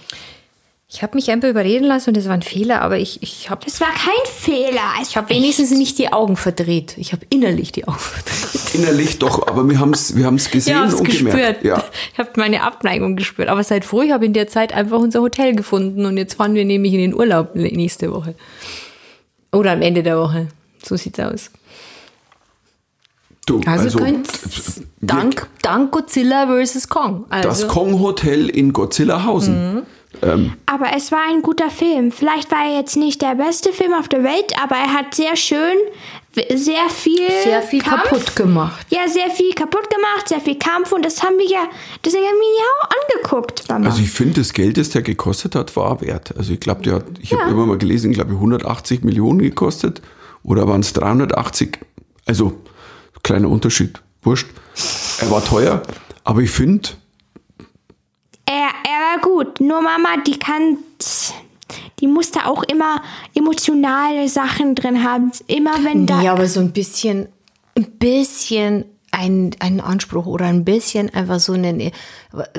S3: Ich habe mich einfach überreden lassen und das war ein Fehler, aber ich, ich habe
S2: Das war kein Fehler.
S3: ich hab wenigstens nicht die Augen verdreht. Ich habe innerlich die Augen verdreht.
S1: Innerlich doch, aber wir haben es wir haben's gesehen
S3: hab's
S1: und gemerkt. Ja.
S3: Ich habe meine Abneigung gespürt. Aber seid froh, ich habe in der Zeit einfach unser Hotel gefunden und jetzt fahren wir nämlich in den Urlaub nächste Woche. Oder am Ende der Woche. So sieht's aus.
S1: Du,
S3: Also,
S1: also,
S3: könnt's,
S1: wir-
S3: dank, dank Godzilla vs. Kong.
S1: das
S3: Also, Mhm.
S1: Kong-Hotel in Godzillahausen.
S2: Aber es war ein guter Film. Vielleicht war er jetzt nicht der beste Film auf der Welt, aber er hat sehr schön, w- sehr viel,
S3: sehr viel
S2: Kampf.
S3: kaputt gemacht.
S2: Ja, sehr viel kaputt gemacht, sehr viel Kampf und das haben wir ja, deswegen haben wir ihn ja auch angeguckt, Mama.
S1: Also ich finde, das Geld, das der gekostet hat, war wert. Also ich glaube, der hat, ich habe immer mal gelesen, glaube ich, 180 Millionen gekostet oder waren es 380? Also kleiner Unterschied, wurscht. Er war teuer, aber ich finde,
S2: er, er war gut, nur Mama, die kann, die muss da auch immer emotionale Sachen drin haben. Immer wenn da,
S3: Ja, aber so ein bisschen, ein bisschen ein, ein Anspruch oder ein bisschen einfach so einen. Was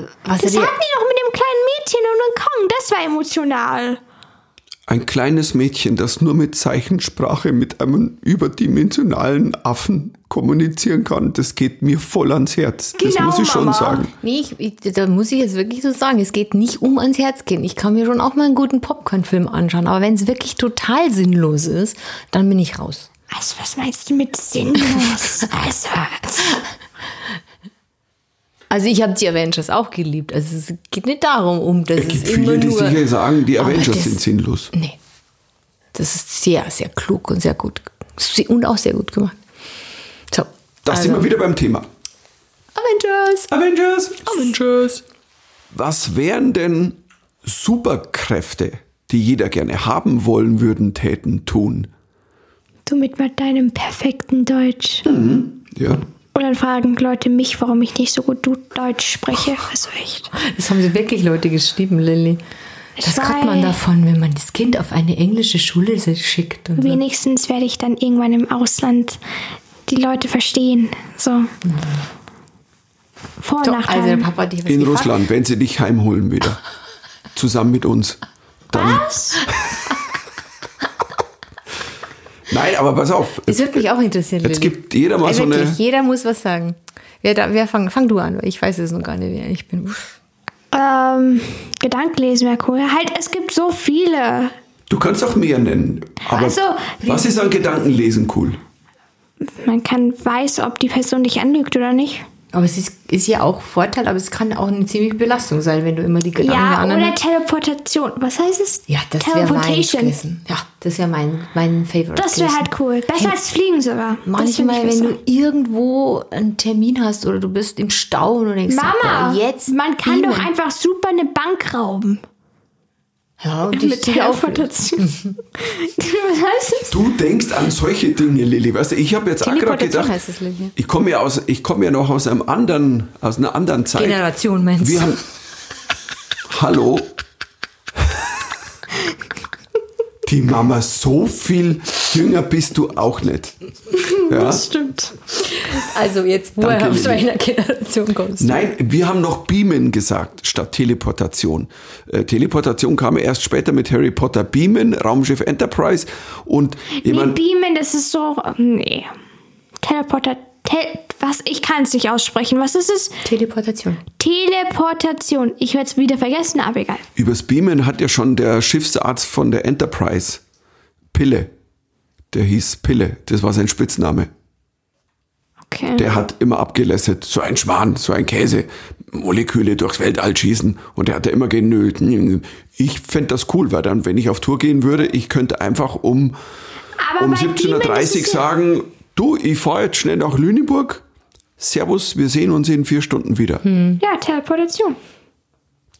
S2: das
S3: er dir-
S2: hatten die doch mit dem kleinen Mädchen und dem Kong, das war emotional.
S1: ein kleines Mädchen, das nur mit Zeichensprache mit einem überdimensionalen Affen kommunizieren kann, das geht mir voll ans Herz. das
S2: Genau,
S1: muss ich schon
S2: Mama.
S1: sagen.
S3: Nee, ich, ich, da muss ich jetzt wirklich so sagen, es geht nicht um ans Herz gehen. Ich kann mir schon auch mal einen guten Popcorn-Film anschauen, aber wenn es wirklich total sinnlos ist, dann bin ich raus.
S2: Also, was meinst du mit sinnlos? also,
S3: Also ich habe die Avengers auch geliebt. Also es geht nicht darum, um das
S1: Es
S3: ist
S1: gibt
S3: immer
S1: viele, die
S3: nur.
S1: sicher sagen, die
S3: Aber
S1: Avengers
S3: das-
S1: sind sinnlos.
S3: Nee. Das ist sehr, sehr klug und sehr gut. Und auch sehr gut gemacht. So.
S1: Da sind
S3: Also.
S1: wir wieder beim Thema.
S3: Avengers!
S1: Avengers!
S3: Avengers!
S1: Was wären denn Superkräfte, die jeder gerne haben wollen würden, täten, tun?
S2: du mit deinem perfekten Deutsch.
S1: Ja.
S2: Und dann fragen Leute mich, warum ich nicht so gut du- Deutsch spreche. Also echt.
S3: Das haben sie wirklich Leute geschrieben, Lilly. Das
S2: Ich
S3: kriegt man
S2: weiß.
S3: davon, wenn man das Kind auf eine englische Schule se- schickt. Und so.
S2: Wenigstens werde ich dann irgendwann im Ausland die Leute verstehen. So. Vor- und
S3: So, also der
S2: Nachteile.
S3: Papa, die
S1: In Russland, wenn sie dich heimholen wieder. Zusammen mit uns. Dann.
S2: Was?
S1: Nein, aber pass auf.
S3: Das würde mich auch interessieren.
S1: Jetzt
S3: Lilly.
S1: gibt jeder mal
S3: Also
S1: so
S3: wirklich,
S1: eine.
S3: jeder muss was sagen. Wer, da, wer fang, fang du an, weil ich weiß es noch gar nicht, wer ich bin. Uff.
S2: Ähm, Gedankenlesen wäre cool. Halt, es gibt so viele.
S1: Du kannst auch mehr nennen. Aber
S2: Also,
S1: was ist an Gedankenlesen cool?
S2: Man kann weiß, ob die Person dich anlügt oder nicht.
S3: Aber es ist, ist ja auch Vorteil, aber es kann auch eine ziemliche Belastung sein, wenn du immer die Gedanken der
S2: Ja,
S3: anderen
S2: oder Teleportation. Was heißt es?
S3: Ja, das wäre meins gewesen. Ja, das wäre mein, mein Favorite
S2: Das wäre
S3: gewesen.
S2: halt cool. Besser als fliegen sogar. Das find ich
S3: Manchmal, wenn
S2: besser.
S3: du irgendwo einen Termin hast oder du bist im Stau und du denkst,
S2: Mama,
S3: boah, jetzt
S2: man kann
S3: beamen.
S2: doch einfach super eine Bank rauben.
S3: ja, und ich
S2: Mit
S3: ziehe auch
S2: Teleportation. Was heißt das?
S1: Du denkst an solche Dinge, Lilly. Weißt du, ich habe jetzt auch gerade
S3: Teleportation
S1: gedacht,
S3: heißt es, Lilly.
S1: ich komme ja, aus- ich komm ja noch aus, einem anderen, aus einer anderen Zeit.
S3: Generation, meinst
S1: Wir
S3: du?
S1: haben. Hallo? Die Mama, so viel jünger bist du auch nicht. Ja?
S2: Stimmt.
S3: Also jetzt, wo
S1: Danke,
S3: er aus
S1: Lilly.
S3: meiner Generation kommst.
S1: Nein, wir haben noch Beamen gesagt statt Teleportation. Äh, Teleportation kam erst später mit Harry Potter Beamen, Raumschiff Enterprise und
S2: Nee,
S1: jemand.
S2: beamen, das ist so. Nee. Teleporter. Tel was? Ich kann es nicht aussprechen. Was ist es?
S3: Teleportation.
S2: Teleportation. Ich werde es wieder vergessen, aber egal.
S1: Übers Beamen hat ja schon der Schiffsarzt von der Enterprise Pille. Der hieß Pille. Das war sein Spitzname.
S2: Okay.
S1: der hat immer abgelässet. So ein Schwan, so ein Käse. Moleküle durchs Weltall schießen. Und der hat ja immer genölt. Ich fände das cool, weil dann, wenn ich auf Tour gehen würde, ich könnte einfach um,
S2: aber
S1: um
S2: bei Beamen, das
S1: 17.30 Uhr
S2: ist ja-
S1: sagen, du, ich fahre jetzt schnell nach Lüneburg, Servus, wir sehen uns in vier Stunden wieder.
S2: Ja, Teleportation.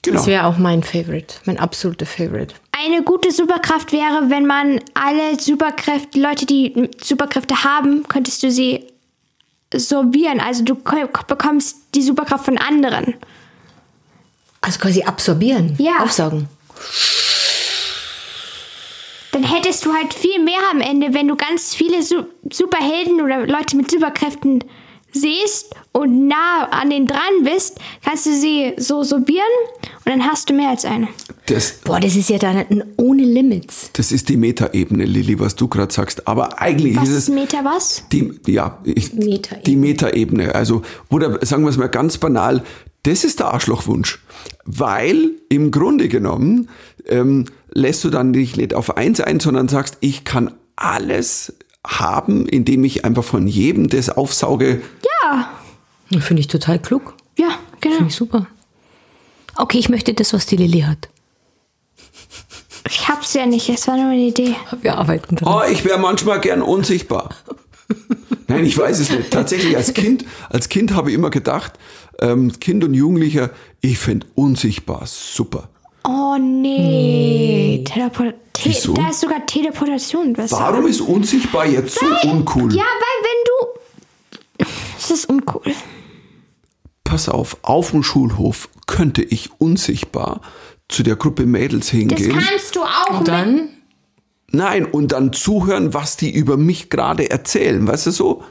S1: Genau.
S3: Das wäre auch mein Favorite, mein absoluter Favorite.
S2: Eine gute Superkraft wäre, wenn man alle Superkräfte, Leute, die Superkräfte haben, könntest du sie sorbieren. Also du ko- bekommst die Superkraft von anderen.
S3: Also quasi absorbieren,
S2: Ja.
S3: aufsaugen.
S2: Dann hättest du halt viel mehr am Ende, wenn du ganz viele Su Superhelden oder Leute mit Superkräften siehst und nah an den dran bist, kannst du sie so sorbieren und dann hast du mehr als eine.
S1: Das,
S3: Boah, das ist ja dann ein ohne Limits.
S1: das ist die Metaebene, Lilly, was du gerade sagst. Aber eigentlich
S2: Was
S1: ist
S2: ist
S1: es
S2: Meta was?
S1: Die, ja, ich,
S3: Metaebene.
S1: die Metaebene. Also, oder sagen wir es mal ganz banal, das ist der Arschlochwunsch. Weil im Grunde genommen ähm, lässt du dann dich nicht auf eins ein, sondern sagst, ich kann alles haben, indem ich einfach von jedem das aufsauge.
S2: Ja,
S3: Finde ich total klug.
S2: ja, genau.
S3: Finde ich super. Okay, ich möchte das, was die Lilly hat.
S2: Ich hab's ja nicht, es war nur eine Idee.
S3: Wir arbeiten dran.
S1: Oh, ich wäre manchmal gern unsichtbar. Nein, ich weiß es nicht. Tatsächlich, als Kind, als Kind habe ich immer gedacht, ähm, Kind und Jugendlicher, ich finde unsichtbar super.
S2: Oh nee, Teleport Te
S1: Wieso?
S2: da ist sogar Teleportation besser.
S1: Warum ist unsichtbar jetzt so uncool?
S2: Ja, weil wenn du... Es ist uncool.
S1: pass auf, auf dem Schulhof könnte ich unsichtbar zu der Gruppe Mädels
S2: Das
S1: hingehen.
S2: kannst du auch
S3: Und
S2: mit...
S3: dann?
S1: Nein, und dann zuhören, was die über mich gerade erzählen. Weißt du so?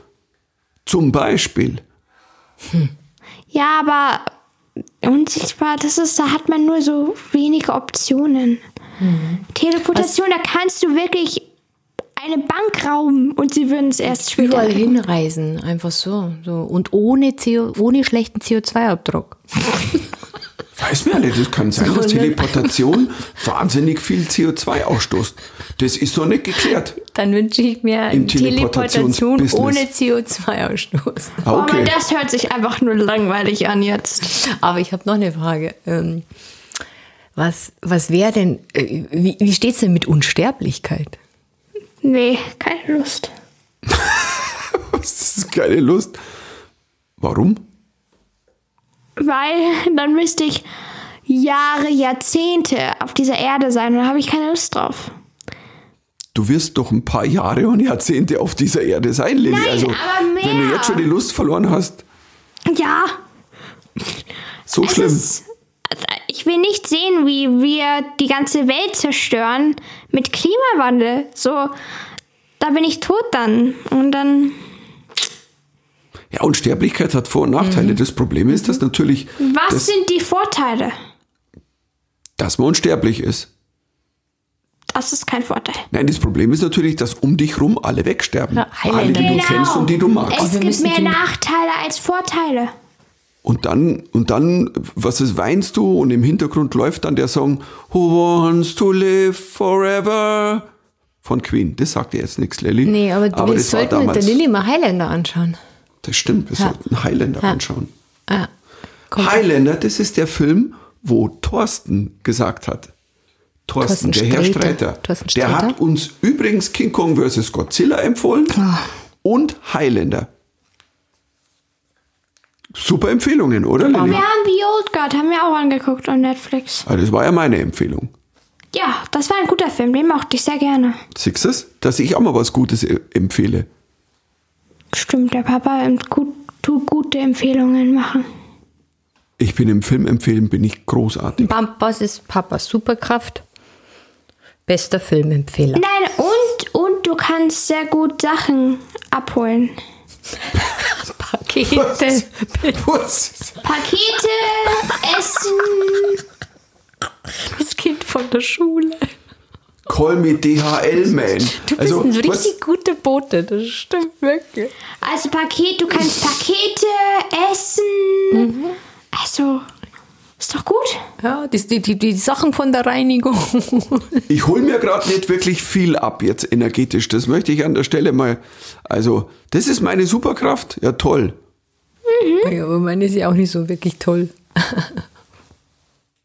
S1: Zum Beispiel.
S2: Ja, aber unsichtbar, das ist, da hat man nur so wenige Optionen. Mhm. Teleportation, da kannst du wirklich eine Bank rauben und sie würden es erst später.
S3: Überall hinreisen, einfach so. so. Und ohne, CO, ohne schlechten CO2-Abdruck.
S1: Weiß mir nicht, das kann sein, dass
S3: So, ne?
S1: Teleportation wahnsinnig viel CO2 ausstoßt. Das ist noch nicht geklärt.
S3: Dann wünsche ich mir eine
S1: Teleportations-
S3: Teleportation
S1: Business.
S3: ohne CO2-Ausstoß.
S1: Ah,
S2: Oh, aber
S1: okay.
S2: das hört sich einfach nur langweilig an jetzt.
S3: Aber ich habe noch eine Frage. Ähm, was was wäre denn, äh, wie, wie steht es denn mit Unsterblichkeit?
S2: Nee, keine Lust.
S1: Das ist keine Lust. Warum?
S2: Weil dann müsste ich Jahre, Jahrzehnte auf dieser Erde sein und da habe ich keine Lust drauf.
S1: Du wirst doch ein paar Jahre und Jahrzehnte auf dieser Erde sein, Lilly.
S2: Nein,
S1: also,
S2: aber mehr.
S1: wenn du jetzt schon die Lust verloren hast,
S2: Ja,
S1: so
S2: es
S1: schlimm.
S2: ist. Ich will nicht sehen, wie wir die ganze Welt zerstören mit Klimawandel. So, da bin ich tot dann. Und dann.
S1: Ja, und Sterblichkeit hat Vor- und
S2: Mhm.
S1: Nachteile. Das Problem ist, dass natürlich,
S2: Was
S1: Das-
S2: sind die Vorteile?
S1: dass man unsterblich ist.
S2: Das ist kein Vorteil.
S1: Nein, das Problem ist natürlich, dass um dich rum alle wegsterben.
S3: Ja,
S1: alle,
S3: Highlander.
S1: die du
S3: Genau.
S1: kennst und die du magst.
S2: Es
S3: wir
S2: gibt
S3: müssen
S2: mehr
S3: die-
S2: Nachteile als Vorteile.
S1: Und dann, und dann, was ist, weinst du? Und im Hintergrund läuft dann der Song Who Wants to Live Forever von Queen. Das sagt dir jetzt nichts, Lilly.
S3: Nee, aber, wir
S1: das war
S3: sollten mit der
S1: damals.
S3: Lilly mal Highlander anschauen.
S1: Das stimmt, wir sollten Highlander anschauen.
S3: Ah, komm.
S1: Highlander, das ist der Film, wo Thorsten gesagt hat. Thorsten,
S3: Thorsten
S1: der Herr
S3: Sträter.
S1: Streiter.
S3: Thorsten
S1: Der
S3: Sträter. Ah.
S1: hat uns übrigens King Kong vs. Godzilla empfohlen und Highlander. Super Empfehlungen, oder Lilly?
S2: Wir haben The Old God, haben wir auch angeguckt auf Netflix.
S1: Ah, das war ja meine Empfehlung.
S2: Ja, das war ein guter Film, den mochte ich sehr gerne.
S1: Siehst du's? Dass ich auch mal was Gutes e- empfehle.
S2: Stimmt, der Papa im- gut, tut gute Empfehlungen machen.
S1: Ich bin im Film empfehlen, bin ich großartig.
S3: Papas ist Papas Superkraft. Bester Filmempfehler.
S2: Nein, und, und du kannst sehr gut Sachen abholen.
S3: Pakete.
S1: Was?
S2: Pakete, Essen.
S3: Das Kind von der Schule.
S1: Call me DHL, man.
S3: Du bist
S1: Also,
S3: ein richtig guter Bote, das stimmt wirklich.
S2: Also Paket, du kannst Pakete, Essen. Also, ist doch gut.
S3: Ja, die, die, die, die Sachen von der Reinigung. Hm?
S1: Ich hole mir gerade nicht wirklich viel ab jetzt energetisch. Das möchte ich an der Stelle mal. Also, das ist meine Superkraft. Ja, toll.
S3: Ja, aber meine ist ja auch nicht so wirklich toll.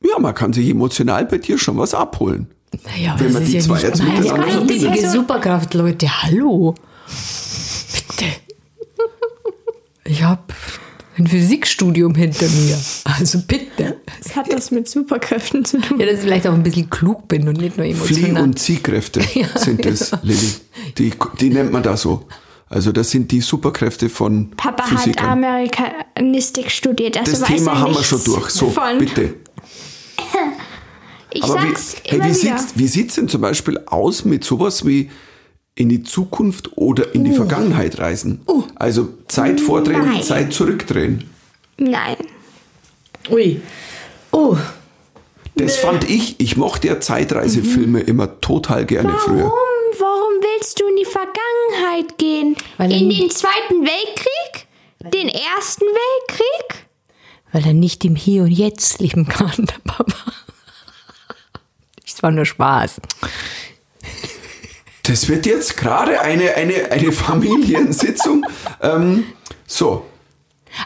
S1: Ja, man kann sich emotional bei dir schon was abholen.
S3: Naja,
S1: Wenn
S3: das
S1: man
S3: ist
S1: die
S3: ja
S1: zwei
S3: nicht
S1: jetzt
S3: meine
S1: miteinander
S2: verbindet.
S3: einzige Superkraft, Leute. Hallo. Bitte. Ich hab ein Physikstudium hinter mir. Also bitte.
S2: Was hat das mit Superkräften zu tun?
S3: Ja, dass ich vielleicht auch ein bisschen klug bin und nicht nur
S1: Flieh-
S3: emotional.
S1: und Ziehkräfte sind das, Lilly. Die, die nennt man da so. Also das sind die Superkräfte von
S2: Papa hat
S1: Physikern.
S2: Amerikanistik studiert, also
S1: das
S2: weiß
S1: Thema
S2: er
S1: haben wir
S2: nichts
S1: schon durch. So,
S2: davon.
S1: bitte.
S2: Ich
S1: Aber wie,
S2: sag's
S1: hey,
S2: immer
S1: wie
S2: wieder.
S1: sieht's, wie sieht's denn zum Beispiel aus mit sowas wie in die Zukunft oder in die Vergangenheit reisen? Also Zeit vordrehen,
S2: Uh. Nein.
S1: Zeit zurückdrehen.
S2: Nein.
S3: Ui. Oh.
S1: Das fand ich, ich mochte ja Zeitreisefilme immer total gerne
S2: Mhm. Warum?
S1: früher.
S2: Warum willst du in die Vergangenheit gehen?
S3: Weil
S2: in
S3: ich-
S2: den Zweiten Weltkrieg? Den Ersten Weltkrieg?
S3: Weil er nicht im Hier und Jetzt leben kann, der Papa. Das war nur Spaß.
S1: Das wird jetzt gerade eine, eine, eine Familiensitzung. ähm, so,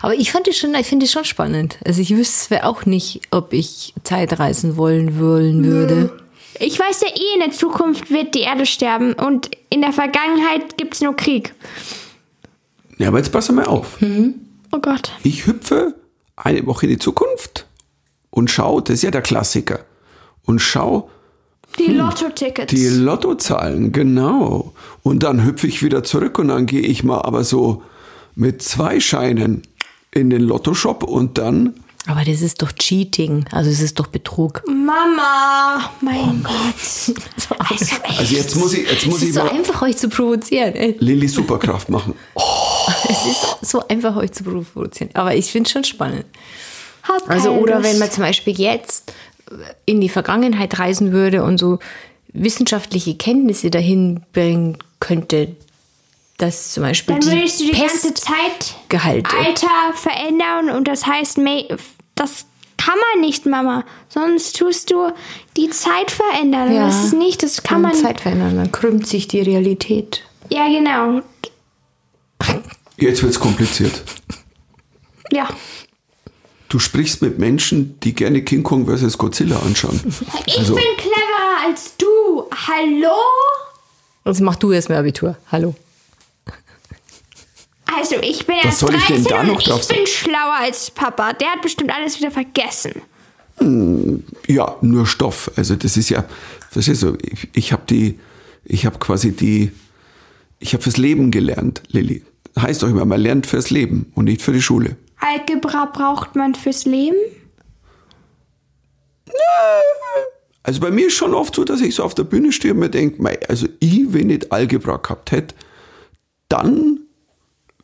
S3: Aber ich fand es schon, ich finde es schon spannend. Also ich wüsste auch nicht, ob ich Zeitreisen wollen wollen würde.
S2: Ich weiß ja eh, in der Zukunft wird die Erde sterben und in der Vergangenheit gibt's nur Krieg.
S1: ja, aber jetzt pass mal auf.
S2: Oh Gott.
S1: Ich hüpfe eine Woche in die Zukunft und schaue, das ist ja der Klassiker, und schaue
S2: Die Lotto-Tickets.
S1: die Lottozahlen, genau. Und dann hüpfe ich wieder zurück und dann gehe ich mal aber so mit zwei Scheinen in den Lottoshop und dann
S3: Aber das ist doch Cheating. Also es ist doch Betrug.
S2: Mama, mein Gott. Also, echt.
S1: Also jetzt muss ich, jetzt muss
S3: Es
S1: ich
S3: ist so
S1: mal
S3: einfach, euch zu provozieren. ey.
S1: Lilly Superkraft machen.
S3: Es ist so einfach, euch zu provozieren. Aber ich finde es schon spannend.
S2: Hab
S3: Also,
S2: keine
S3: oder
S2: Lust.
S3: wenn man zum Beispiel jetzt in die Vergangenheit reisen würde und so wissenschaftliche Kenntnisse dahin bringen könnte, dass zum Beispiel
S2: Dann
S3: die,
S2: würdest du die ganze
S3: Pest
S2: Zeit
S3: Gehalte.
S2: Alter verändern und das heißt, me- das kann man nicht, Mama. Sonst tust du die Zeit verändern.
S3: Ja.
S2: Das ist nicht, das kann
S3: kann
S2: man.
S3: Zeit verändern, dann krümmt sich die Realität.
S2: Ja, genau.
S1: Jetzt wird's kompliziert.
S2: Ja.
S1: Du sprichst mit Menschen, die gerne King Kong vs. Godzilla anschauen.
S2: Ich
S1: Also,
S2: bin cleverer als du. Hallo?
S3: Also mach du erstmal Abitur. Hallo.
S2: Also ich bin erst
S1: soll
S2: 13
S1: ich denn da noch
S2: und
S1: drauf
S2: ich
S1: sagen?
S2: bin schlauer als Papa. Der hat bestimmt alles wieder vergessen.
S1: ja, nur Stoff. Also das ist ja, verstehst du, ich, ich habe die, ich habe quasi die, ich habe fürs Leben gelernt, Lilly. Heißt doch immer, man lernt fürs Leben und nicht für die Schule.
S2: Algebra braucht man fürs Leben?
S1: Also bei mir ist schon oft so, dass ich so auf der Bühne stehe und mir denke, mei, also ich, wenn ich Algebra gehabt hätte, dann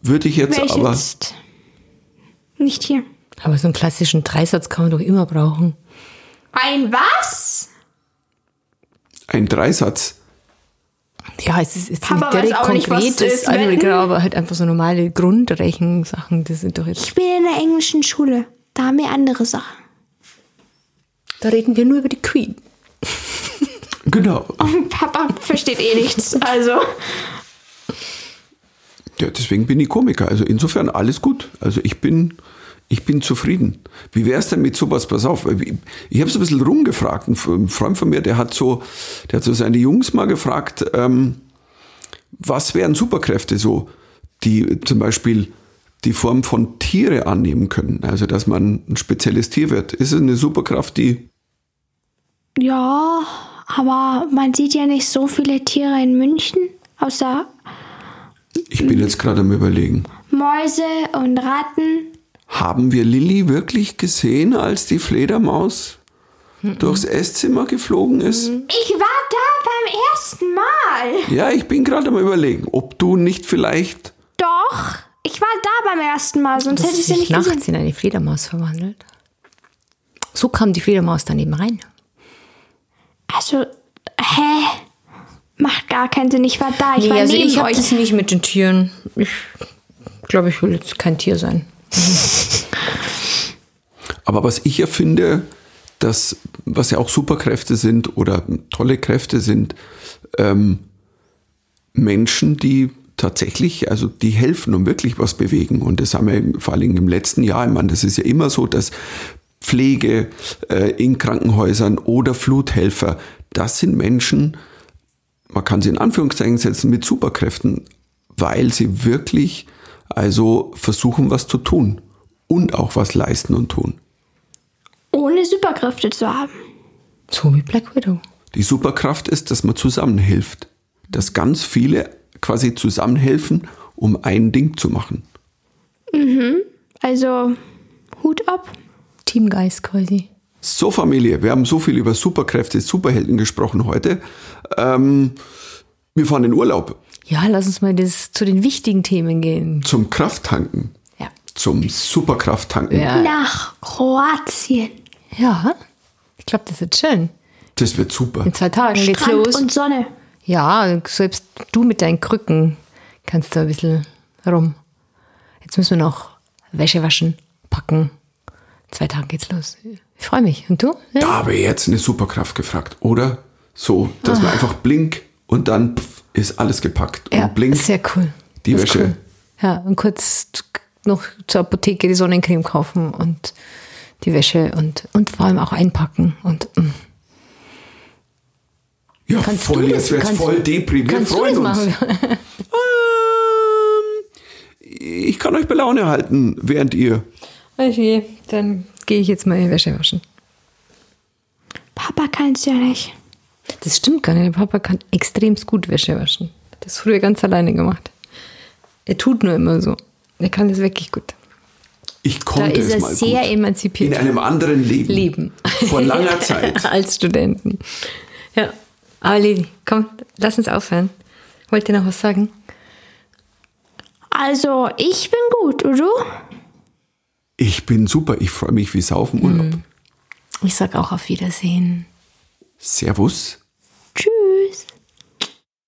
S1: würde ich jetzt
S2: Welches?
S1: aber...
S2: Nicht hier.
S3: Aber so einen klassischen Dreisatz kann man doch immer brauchen.
S2: Ein was?
S1: Ein Dreisatz.
S3: Ja, es ist jetzt
S2: Papa
S3: nicht direkt
S2: weiß auch nicht, was
S3: konkret,
S2: das
S3: ist, also,
S2: ist,
S3: genau, aber halt einfach so normale Grundrechensachen, das sind doch jetzt.
S2: Ich bin in der englischen Schule. Da haben wir andere Sachen.
S3: Da reden wir nur über die Queen.
S1: Genau.
S2: Und Papa versteht eh nichts. Also,
S1: Ja, deswegen bin ich Komiker. Also insofern alles gut. Also ich bin, ich bin zufrieden. Wie wäre es denn mit sowas? Pass auf. Ich, ich habe so ein bisschen rumgefragt. Ein F- Ein Freund von mir, der hat so, der hat so seine Jungs mal gefragt, ähm, was wären Superkräfte so, die zum Beispiel die Form von Tiere annehmen können? Also dass man ein spezielles Tier wird. Ist es eine Superkraft, die
S2: ja, aber man sieht ja nicht so viele Tiere in München. Außer
S1: ich bin jetzt gerade am überlegen.
S2: Mäuse und Ratten.
S1: Haben wir Lilly wirklich gesehen, als die Fledermaus durchs Esszimmer geflogen ist?
S2: Ich war da beim ersten Mal.
S1: Ja, ich bin gerade am überlegen, ob du nicht vielleicht.
S2: Doch, ich war da beim ersten Mal, sonst
S3: Das
S2: hätte ich
S3: ist
S2: sie
S3: sich
S2: nicht gesehen.
S3: nachts in eine Fledermaus verwandelt. So kam die Fledermaus dann eben rein.
S2: Also, hä? Macht gar keinen Sinn. Ich war da. Ich war neben
S3: also hab
S2: euch.
S3: das nicht mit den Tieren. Ich glaube, ich will jetzt kein Tier sein.
S1: Aber was ich ja finde, dass, was ja auch Superkräfte sind oder tolle Kräfte sind, ähm, Menschen, die tatsächlich, also die helfen und wirklich was bewegen. Und das haben wir im- vor allen Dingen im letzten Jahr, ich meine, das ist ja immer so, dass Pflege äh, in Krankenhäusern oder Fluthelfer, das sind Menschen, man kann sie in Anführungszeichen setzen, mit Superkräften, weil sie wirklich also versuchen, was zu tun und auch was leisten und tun.
S2: Ohne Superkräfte zu haben.
S3: So wie Black Widow.
S1: Die Superkraft ist, dass man zusammenhilft. Dass ganz viele quasi zusammenhelfen, um ein Ding zu machen.
S2: Also Hut ab.
S3: Teamgeist quasi.
S1: So, Familie, wir haben so viel über Superkräfte, Superhelden gesprochen heute. Ähm, wir fahren in Urlaub
S3: Ja, lass uns mal das, zu den wichtigen Themen gehen.
S1: zum Krafttanken,
S3: Ja.
S1: zum Superkrafttanken.
S3: Ja.
S2: Nach Kroatien.
S3: Ja. Ich glaube, das wird schön.
S1: Das wird super.
S3: In zwei Tagen geht's
S2: Strand
S3: los.
S2: und Sonne.
S3: Ja, selbst du mit deinen Krücken kannst da ein bisschen rum. Jetzt müssen wir noch Wäsche waschen, packen. In Zwei Tage geht's los. Ich freue mich. Und du?
S1: Da habe ich jetzt eine Superkraft gefragt, oder? So, dass
S3: Ah.
S1: man einfach blink und dann pff, ist alles gepackt. Und blink,
S3: sehr cool.
S1: die
S3: Das ist
S1: Wäsche.
S3: Cool. Ja, und kurz noch zur Apotheke die Sonnencreme kaufen und die Wäsche und, und vor allem auch einpacken. Und mm.
S1: ja
S3: Kannst
S1: voll,
S3: du das-
S1: jetzt wird
S3: kannst-
S1: voll deprimiert. Wir
S3: kannst du
S1: freuen
S3: das
S1: uns.
S3: machen?
S1: Ähm, ich kann euch bei Laune halten, während ihr
S3: Okay, dann gehe ich jetzt meine Wäsche waschen.
S2: Papa kann's ja nicht.
S3: Das stimmt gar nicht. Der Papa kann extremst gut Wäsche waschen. Hat Das früher ganz alleine gemacht. Er tut nur immer so. Er kann das wirklich gut.
S1: Ich
S3: Da
S1: konnte
S3: ist
S1: es
S3: er
S1: mal
S3: sehr
S1: gut.
S3: emanzipiert.
S1: In einem anderen Leben.
S3: Leben.
S1: Vor langer Zeit.
S3: Als Studenten. Ja. Aber Lili, komm, lass uns aufhören. Wollt ihr noch was sagen?
S2: Also, ich bin gut, oder du?
S1: Ich bin super.
S3: Mhm.
S1: Ich freue mich wie Sau auf den Urlaub.
S3: Ich sag auch auf Wiedersehen.
S1: Servus.